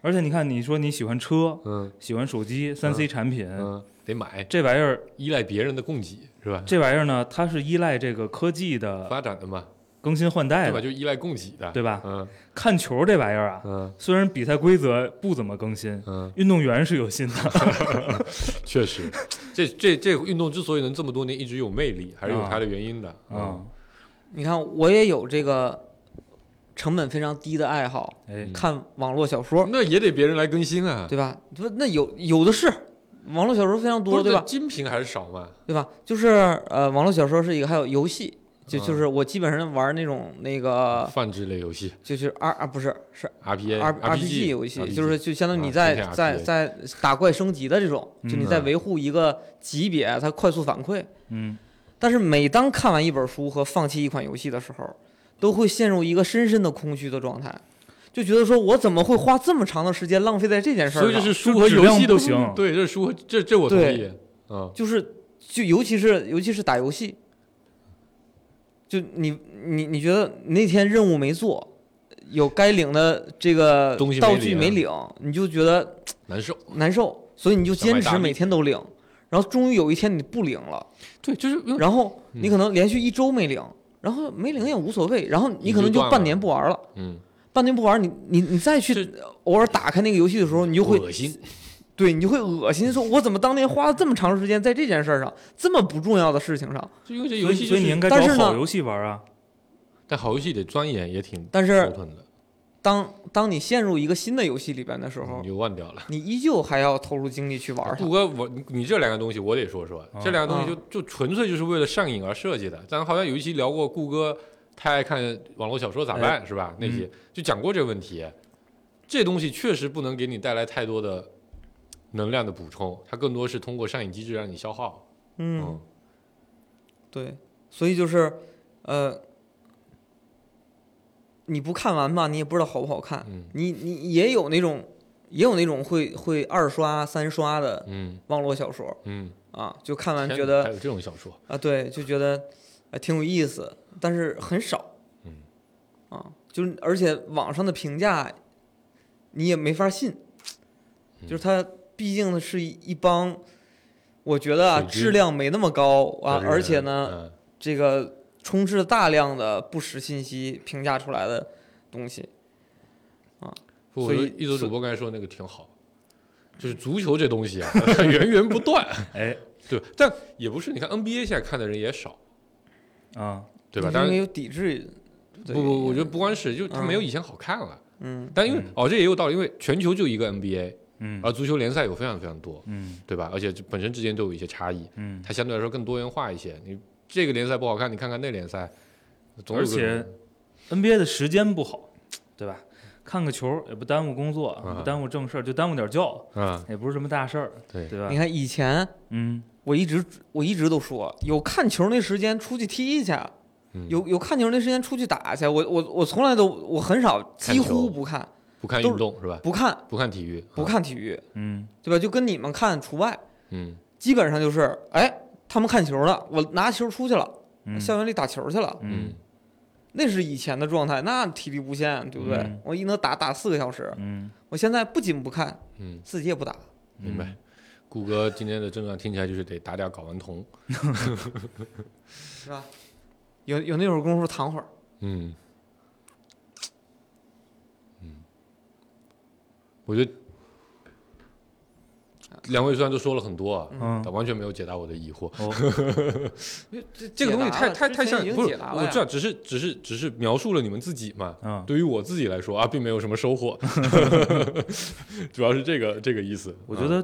C: 而且你看，你说你喜欢车，
D: 嗯
C: 喜欢手机，三 C 产品，
D: 嗯，得买，
C: 这玩意儿，
D: 依赖别人的供给是吧？
C: 这玩意儿呢，它是依赖这个科技的
D: 发展的嘛，
C: 更新换代
D: 对吧？
C: 的，
D: 就依赖供给的，
C: 哎对吧？
D: 嗯
C: 看球这玩意儿啊，
D: 嗯
C: 虽然比赛规则不怎么更新，
D: 嗯，
C: 运动员是有新的，
D: 确实，这这这运动之所以能这么多年一直有魅力，还是有
C: 啊
D: 它的原因的，嗯
C: 嗯，
B: 你看我也有这个成本非常低的爱好，
C: 哎，
D: 嗯
B: 看网络小说，
D: 啊那也得别人来更新啊，
B: 对吧？不，那有有的是网络小说非常
D: 不
B: 多，
D: 是
B: 对吧？
D: 精品还是少嘛，
B: 对吧？就是呃，网络小说是一个，还有游戏。就
D: 嗯
B: 就是我基本上玩那种那个
D: 泛之类游戏
B: 就是 R 啊不是是
D: R P A
B: 啊 R
D: R
B: P 游戏，就是
D: 是
B: 就相当于
D: 啊
B: 你在
D: 天天
B: 在
D: RPG
B: 在打怪升级的这种，就你在
D: 嗯
B: 维护一个级别，它快速反馈。
C: 嗯
B: 但是每当看完一本书和放弃一款游戏的时候，都会陷入一个深深的空虚的状态，就觉得说我怎么会花这么长的时间浪费在这件事儿
D: 所
B: 上？
D: 以这是书
C: 就
D: 和
C: 质
D: 游
C: 量
D: 戏都
C: 不行
D: 对，这是书和这这我同
B: 对
D: 意，嗯
B: 就是就尤其是尤其是打游戏，就你你你觉得你那天任务没做，有该领的这个
D: 东西没
B: 道
D: 领
B: 具没领，你就觉得
D: 难受。
B: 难受，所以你就
D: 想买
B: 坚
D: 大
B: 持
D: 米
B: 每天都领，然后终于有一天你不领了。
D: 对，就是因为
B: 然后你
D: 嗯
B: 可能连续一周没领，然后没领也无所谓，然后你可能
D: 你就
B: 就
D: 断
B: 半
D: 了
B: 年不玩了，
D: 嗯，
B: 半年不玩，你你你再去偶尔打开那个游戏的时候，你就会
D: 恶心，
B: 对你就会恶心，说我怎么当年花了这么长时间在这件事儿上，这么不重要的事情上？
D: 就因为这
C: 所
D: 游
C: 以
D: 戏
C: 所
D: 就
C: 以你
D: 是
C: 应该找
B: 但是呢
C: 好游戏玩 啊，
D: 但好游戏得钻研，也挺
B: 但
D: 头
B: 是
D: 疼的，
B: 当当你陷入一个新的游戏里边的时候
D: 你，就忘掉了。
B: 你依旧还要投入精力去玩儿它
D: 杜。哥，我你你这两个东西我得说说，这两个东西
B: 嗯
D: 就、就纯粹就是为了上瘾而设计的。咱好像有一期聊过顾哥太爱看网络小说
B: 哎
D: 咋办、是吧？那
B: 嗯
D: 期、就讲过这个问题，这东西确实不能给你带来太多的能量的补充，它更多是通过上瘾机制让你消耗。
B: 嗯，对，所以就是，呃，你不看完吧，你也不知道好不好看。
D: 嗯
B: 你你也有那种，也有那种会会二刷三刷的
D: 嗯
B: 网络小说
D: 嗯，
B: 啊，就看完
D: 天
B: 觉
D: 哪还
B: 得
D: 有这种小说，
B: 啊，对，就觉得啊挺有意思，但是很少。
D: 嗯，
B: 啊，就是而且网上的评价，你也没法信，
D: 嗯
B: 就是它毕竟是一一帮。我觉得啊，
D: 水军
B: 质量没那么高啊
D: 就，是
B: 而且呢，
D: 嗯
B: 这个充斥大量的不实信息评价出来的东西。
D: 不
B: 所
D: 我觉得
B: 以
D: 一组主播刚才说的那个挺好，就是足球这东西啊， 它源源不断。
C: 哎
D: 对，但也不是，你看 NBA 现在看的人也少，
C: 啊，
D: 对吧？
B: 你
D: 当
B: 是
D: 然
B: 没有抵制。嗯对
D: 不不，我觉得不光是，就它
B: 嗯
D: 没有以前好看了。
B: 嗯
D: 但因为
C: 嗯
D: 哦，这也有道理，因为全球就一个 NBA，
C: 嗯
D: 而足球联赛有非常非常多，
C: 嗯
D: 对吧？而且这本身之间都有一些差异，
C: 嗯，
D: 它相对来说更多元化一些。你这个联赛不好看，你看看那联赛，总有
C: 而
D: 各种
C: 且 NBA 的时间不好，对吧？看个球儿也不耽误工作，
D: 嗯
C: 不耽误正事儿，就耽误点觉，
D: 啊，
C: 也不是什么大事儿，
D: 对
C: 对吧
B: 你？看以前
C: 嗯，
B: 我一直我一直都说，有看球那时间出去踢去，
D: 嗯
B: 有有看球那时间出去打去。我我我从来都我很少
D: 看
B: 几
D: 球
B: 乎不看
D: 不看
B: 都
D: 运动是吧？
B: 不看
D: 不看体育，
B: 不
D: 啊，
B: 看体育，
C: 嗯
B: 对吧？就跟你们看除外，
D: 嗯
B: 基本上就是哎他们看球了，我拿球出去了，
C: 嗯
B: 校园里打球去了，
C: 嗯，
B: 那是以前的状态，那体力无限，对不对？
C: 嗯
B: 我一能打打四个小时，
C: 嗯，
B: 我现在不仅不看，
D: 嗯，
B: 自己也不打。嗯
D: 明白。谷歌今天的症状听起来就是得打点睾丸酮。
B: 是吧？有有那会儿功夫躺会儿，
D: 嗯，嗯，我觉得两位虽然都说了很多啊，
C: 嗯。
D: 但完全没有解答我的疑惑。
C: 哦，
B: 这
D: 这个东西太太太像
B: 已经
D: 不
B: 解
D: 是
B: 答了
D: 我
B: 呀
D: 知道，只是只是只是描述了你们自己嘛。
C: 嗯，
D: 对于我自己来说啊，并没有什么 收获， 主要是这个这个意思。
C: 我觉得，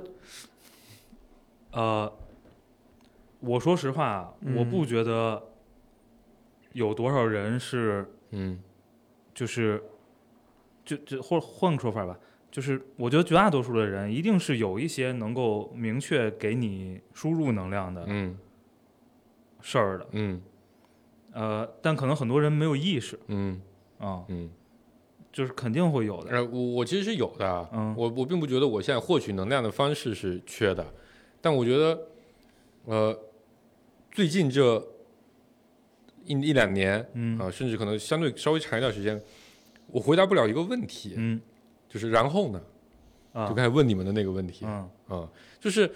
D: 嗯
C: 呃，我说实话，啊我
B: 嗯
C: 不觉得有多少人是
D: 嗯，
C: 就是，就就或者换个说法吧，就是我觉得绝大多数的人一定是有一些能够明确给你输入能量的
D: 嗯
C: 事儿的，
D: 嗯
C: 呃，但可能很多人没有意识
D: 嗯
C: 啊、
D: 嗯
C: 就是肯定会有
D: 嗯，
C: 的，
D: 呃，我我其实是有的啊，
C: 嗯
D: 我我并不觉得我现在获取能量的方式是缺的，但我觉得，呃，最近这一一两年
C: 嗯
D: 啊、甚至可能相对稍微长一段时间，我回答不了一个问题，
C: 嗯
D: 就是然后呢，
C: 啊
D: 就开始问你们的那个问题，
C: 嗯
D: 嗯，就是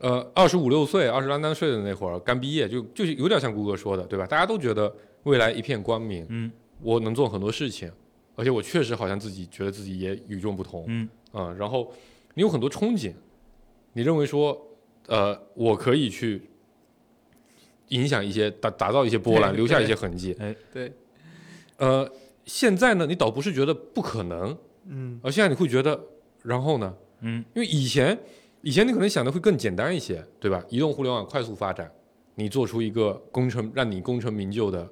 D: 呃，二十五六岁、二十郎当岁的那会儿，刚毕业，就就是有点像谷歌说的，对吧？大家都觉得未来一片光明，
C: 嗯
D: 我能做很多事情，而且我确实好像自己觉得自己也与众不同，
C: 嗯
D: 嗯，然后你有很多憧憬，你认为说，呃，我可以去影响一些打打造一些波澜，
B: 对
D: 留下一些痕迹，
B: 对，
D: 呃，现在呢，你倒不是觉得不可能，
B: 嗯
D: 而现在你会觉得，然后呢？
C: 嗯
D: 因为以前以前你可能想的会更简单一些，对吧？移动互联网快速发展，你做出一个功成让你功成名就的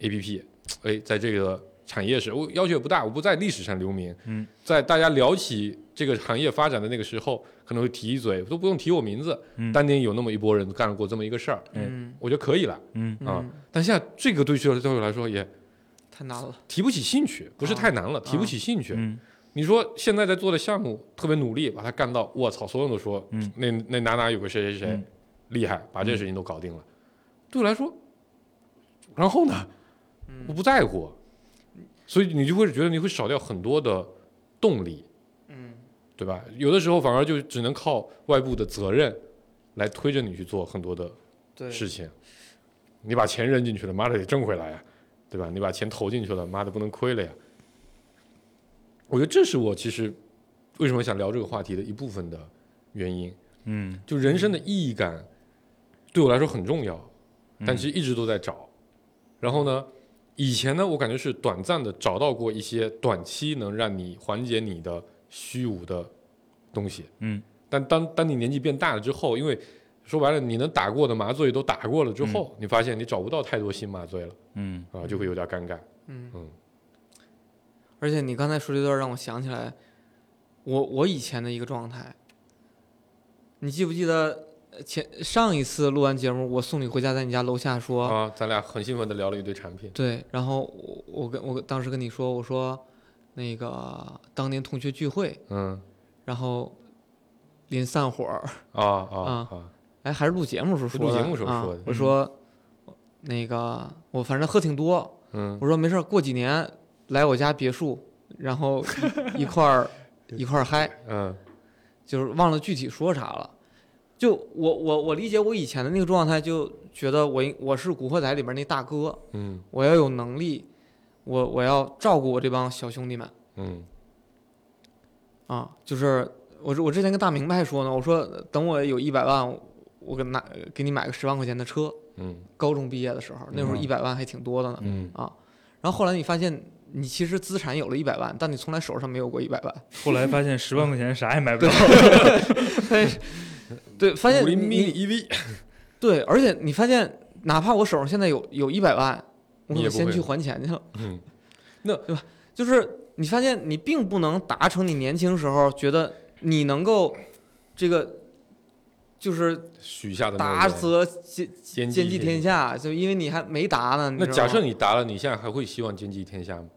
D: APP，哎，在这个产业时我要求也不大，我不在历史上留名，
C: 嗯，
D: 在大家聊起这个行业发展的那个时候，可能会提一嘴，都不用提我名字，
C: 嗯
D: 当年有那么一波人干过这么一个事儿，
B: 嗯
D: 我觉得可以了。
C: 嗯
D: 哎啊
B: 嗯，
D: 但现在这个对学对我来说也
B: 太难了。
D: 提不起兴趣，不
C: 啊
D: 是太难了，提不起兴趣。
C: 嗯
D: 你说现在在做的项目特别努力，把它干到，我操，所有人都说，
C: 嗯
D: 那那哪哪有个谁谁谁、
C: 嗯
D: 厉害，把这事情都搞定了。对我来说，然后呢，我不在乎，所以你就会觉得你会少掉很多的动力，
B: 嗯，
D: 对吧？有的时候反而就只能靠外部的责任来推着你去做很多的
B: 对，
D: 事情。你把钱扔进去了，妈的得挣回来呀，对吧？你把钱投进去了，妈的不能亏了呀。我觉得这是我其实为什么想聊这个话题的一部分的原因，
C: 嗯
D: 就人生的意义感对我来说很重要，
C: 嗯
D: 但其实一直都在找。然后呢，以前呢，我感觉是短暂的找到过一些短期能让你缓解你的虚无的东西，
C: 嗯
D: 但当当你年纪变大了之后，因为说白了，你能打过的麻醉都打过了之后，你发现你找不到太多新麻醉了
C: 嗯
D: 啊，就会有点尴尬。
B: 嗯
D: 嗯
B: 而且你刚才说这段让我想起来，我我以前的一个状态。你记不记得呃前上一次录完节目，我送你回家，在你家楼下说，
D: 啊，咱俩很兴奋的聊了一堆产品。
B: 对，然后我我跟我当时跟你说，我说那个当年同学聚会，
D: 嗯
B: 然后临散伙儿，
D: 啊啊啊！
B: 哎，还是录节目时候
D: 是
B: 说
D: 录
B: 的，
D: 节目时候
B: 啊
D: 说的嗯
B: 我说那个我反正喝挺多，
D: 嗯，
B: 我说没事儿，过几年来我家别墅，然后一块儿一块儿嗨，
D: 嗯
B: 就是忘了具体说啥了。就我我我理解我以前的那个状态，就觉得我应我是《古惑仔》里边那大哥，
D: 嗯
B: 我要有能力，我我要照顾我这帮小兄弟们
D: 嗯
B: 啊！就是我我之前跟大明白说呢，我说等我有一百万，我给拿给你买个十万块钱的车。
D: 嗯
B: 高中毕业的时候，那时候
D: 嗯
B: 一百万还挺多的呢、
D: 嗯，
B: 啊。然后后来你发现，你其实资产有了一百万，但你从来手上没有过一百万。
C: 后来发现十万块钱啥也买不了，
B: 对，发现
D: 五
B: 你
D: 厘米
B: 你
D: EV，
B: 对，而且你发现，哪怕我手上现在有有一百万，我
D: 你
B: 可
D: 也
B: 能
D: 不
B: 先
D: 会
B: 去还钱去了。
D: 嗯
B: 就是你发现你并不能达成你年轻时候觉得你能够这个，就是
D: 许下的诺言
B: 达则兼
D: 兼
B: 兼济天
D: 下。
B: 下，就因为你还没达呢。你
D: 那
B: 知道
D: 假
B: 吗
D: 设你达了，你现在还会希望兼济天下吗？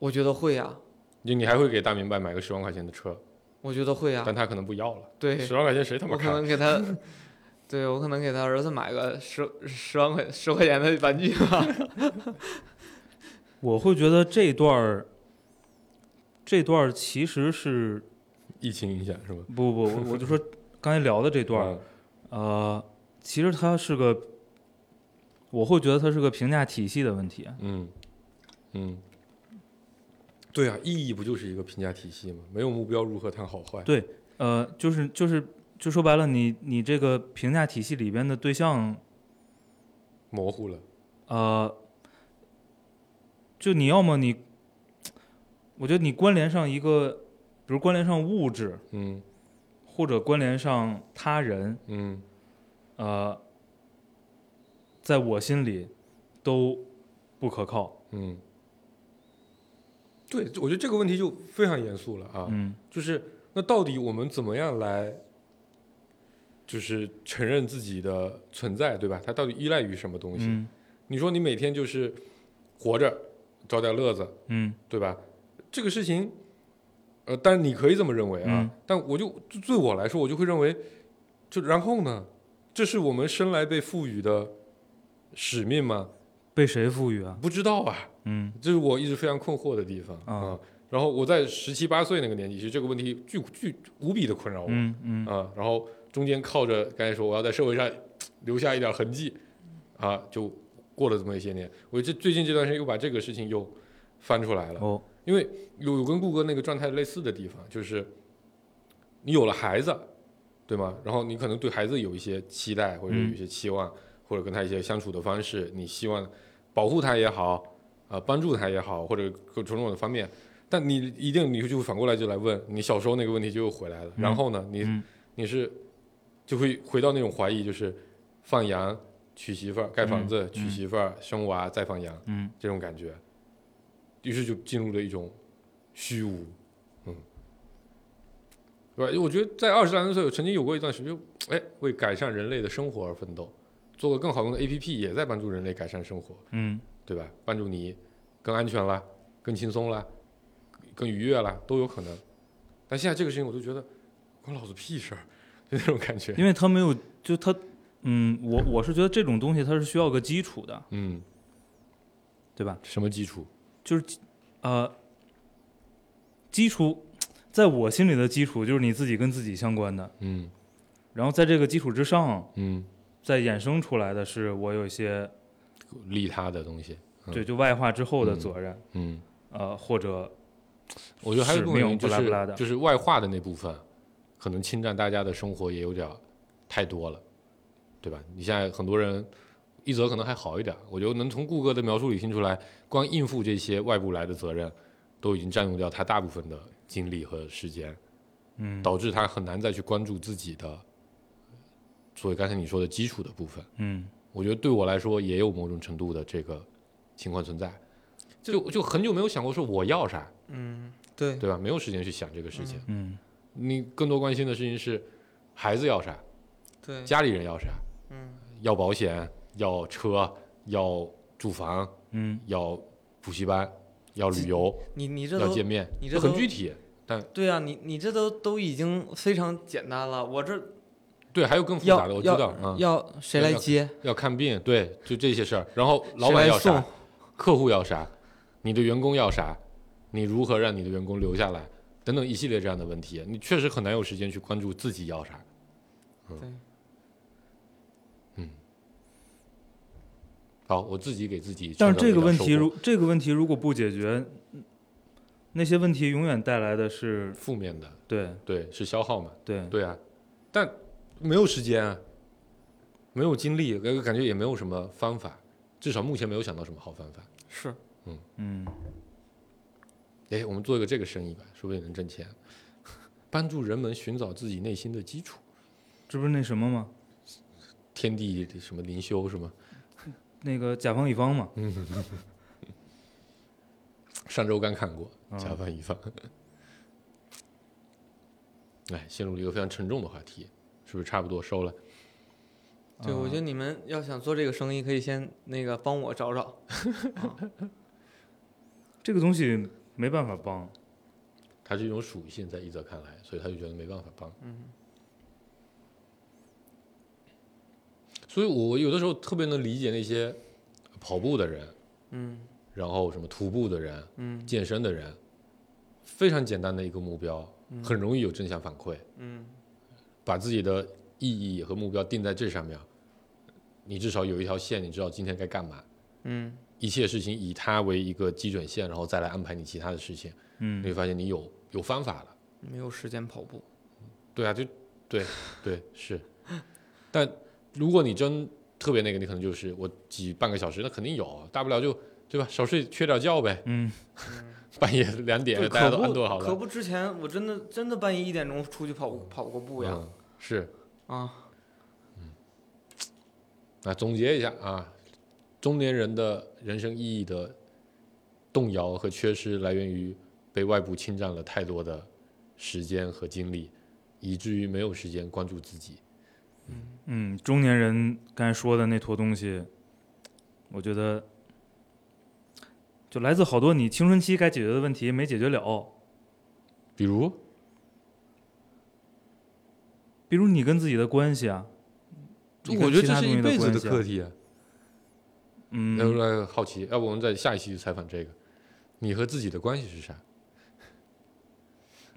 B: 我觉得会呀、啊，
D: 就你还会给大明白买个十万块钱的车，
B: 我觉得会呀、
D: 但他可能不要了。
B: 啊对
D: 十，万块钱谁他妈
B: 我可
D: 看？
B: 能给他，对我可能给他儿子买个十十万块十块钱的玩具吧。
C: 我会觉得这段儿，这段儿其实是
D: 疫情影响是吧？
C: 不不，我我就 说刚才聊的这段
D: 啊
C: 儿，
D: 嗯
C: 呃，其实它是个，我会觉得它是个评价体系的问题。啊
D: 嗯，嗯，对啊，意义不就是一个评价体系吗？没有目标如何谈好坏？
C: 对，呃，就是就是就说白了，你你这个评价体系里边的对象，
D: 模糊了，
C: 呃，就你要么你，我觉得你关联上一个，比如关联上物质，
D: 嗯
C: 或者关联上他人，
D: 嗯
C: 呃，在我心里都不可靠。
D: 嗯。对，我觉得这个问题就非常严肃了啊，
C: 嗯
D: 就是那到底我们怎么样来，就是承认自己的存在，对吧？它到底依赖于什么东西？
C: 嗯
D: 你说你每天就是活着，找点乐子，
C: 嗯
D: 对吧？这个事情，呃，但你可以这么认为啊，
C: 嗯
D: 但我就对对我来说，我就会认为，就然后呢，这是我们生来被赋予的使命吗？
C: 被谁赋予啊？
D: 不知道啊，
C: 嗯
D: 这是我一直非常困惑的地方
C: 啊
D: 然后我在十七八岁那个年纪，其实这个问题巨巨无比的困扰我啊、
C: 嗯嗯
D: 然后中间靠着刚才说我要在社会上留下一点痕迹啊，就过了这么一些年。我这最近这段时间又把这个事情又翻出来了。
C: 哦
D: 因为有有跟顾哥那个状态类似的地方，就是你有了孩子，对吗？然后你可能对孩子有一些期待，或者有一些期望，或者跟他一些相处的方式，你希望保护他也好，啊、帮助他也好，或者各种种的方面。但你一定你就会反过来就来问你小时候那个问题就又回来了，
C: 嗯
D: 然后呢，你、
C: 嗯
D: 你是就会回到那种怀疑，就是放羊、娶媳妇儿、盖房子、
C: 嗯
D: 娶媳妇儿、生娃、再放羊，
C: 嗯
D: 这种感觉，于是就进入了一种虚无，嗯，对吧？我觉得在二十来岁，我曾经有过一段时间，哎，为改善人类的生活而奋斗，做个更好用的 APP，也在帮助人类改善生活，
C: 嗯
D: 对吧？帮助你更安全啦，更轻松啦，更愉悦啦，都有可能。但现在这个事情，我就觉得关老子屁事儿，就那种 感觉。
C: 因为他没有，就他，嗯，我我是觉得这种东西它是需要个基础的，
D: 嗯，
C: 对吧？
D: 什么基础？
C: 就是基，呃，基础，在我心里的基础就是你自己跟自己相关的，
D: 嗯
C: 然后在这个基础之上，
D: 嗯，
C: 再衍生出来的是我有一些
D: 利他的东西。嗯
C: 对就外化之后的
D: 嗯
C: 责任，
D: 嗯。
C: 呃，或者
D: 我觉得还有一部
C: 使
D: 分原
C: 命
D: 因就
C: 不拉
D: 是
C: 不拉的
D: 就是外化的那部分，可能侵占大家的生活也有点儿太多了，对吧？你现在很多人，一泽可能还好一点儿，我觉得能从顾哥的描述里听出来，光应付这些外部来的责任，都已经占用掉他大部分的精力和时间，
C: 嗯
D: 导致他很难再去关注自己的，所以刚才你说的基础的部分，
C: 嗯
D: 我觉得对我来说也有某种程度的这个情况存在，就就很久没有想过说我要啥，
B: 嗯， 对，
D: 对吧？没有时间去想这个事情。
C: 嗯
D: 你更多关心的事情是孩子要啥，
B: 对，
D: 家里人要啥，
B: 嗯，
D: 要保险，要车，要住房，
C: 嗯
D: 要补习班，要旅游，
B: 你你这
D: 要
B: 都
D: 见面，
B: 你
D: 就
B: 这
D: 很
B: 都
D: 具体。
B: 对啊，你你这都都已经非常简单了，我这
D: 对，还有更复
B: 要
D: 杂的，我知道啊、
B: 要
D: 嗯
B: 要谁来接，
D: 要看病，对，就这些事儿。然后老
B: 谁
D: 板
B: 来
D: 要
B: 送
D: 啥，，客户要啥，你的员工要啥，你如何让你的员工留下来，等等一系列这样的问题，你确实很难有时间去关注自己要啥。嗯
B: 对，
D: 好，我自己给自己。
C: 但是这个问题如这个问题如果不解决，那些问题永远带来的是
D: 负面的，
C: 对
D: 对，是消耗嘛。
C: 对
D: 对啊，但没有时间啊，没有精力，感感觉也没有什么方法，至少目前没有想到什么好方法。
B: 是
C: 嗯
D: 哎，我们做一个这个生意吧，说不定能挣钱，帮助人们寻找自己内心的基础，
C: 这不是那什么吗？
D: 天地什么灵修是吗？
C: 那个甲方乙方
D: 嗯
C: 嘛，
D: 上周刚看过
C: 嗯
D: 《甲方乙方》哎，陷入了一个非常沉重的话题，是不是差不多收了？嗯
B: 对，我觉得
C: 得
B: 你们要想做这个生意，可以先那个帮我找找，
C: 这个东西没办法帮，
D: 它是一种属性，在一泽看来，所以他就觉得没办法帮。嗯。所以我有的时候特别能理解那些跑步的人，
B: 嗯，
D: 然后什么徒步的人、
B: 嗯
D: 健身的人，非常简单的一个目标，
B: 嗯
D: 很容易有正向反馈。
B: 嗯
D: 把自己的意义和目标定在这上面，你至少有一条线，你知道今天该干嘛。
B: 嗯
D: 一切事情以它为一个基准线，然后再来安排你其他的事情，你
C: 嗯
D: 会发现你有有方法了。
B: 没有时间跑步，
D: 对啊，就对对是，但如果你真特别那个，你可能就是我挤半个小时，那肯定有，大不了就对吧，少睡缺点觉呗，
C: 嗯，
D: 半夜两点
B: 对
D: 大家
B: 可
D: 都安
B: 不
D: 顿好了
B: 可，不，之前我真的真的半夜一点钟出去跑过跑过步呀
D: 嗯，是。
B: 啊，
D: 那总结一下啊，中年人的人生意义的动摇和缺失，来源于被外部侵占了太多的时间和精力，以至于没有时间关注自己。
C: 嗯，中年人刚才说的那坨东西，我觉得就来自好多你青春期该解决的问题没解决了，
D: 比如，
C: 比如你跟自己的关系啊，你跟
D: 我觉
C: 其
D: 得这
C: 他
D: 是
C: 东西
D: 一辈子
C: 关
D: 的
C: 系啊
D: 课呃题啊。那
C: 嗯，
D: 我好奇，要不我们在下一期采访这个，你和自己的关系是啥？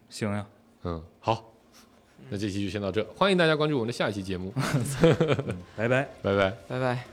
C: 行呀，
D: 嗯，好，那这期就先到这，欢迎大家关注我们的下一期节目，
C: 拜拜。
D: 拜拜。
B: 拜拜。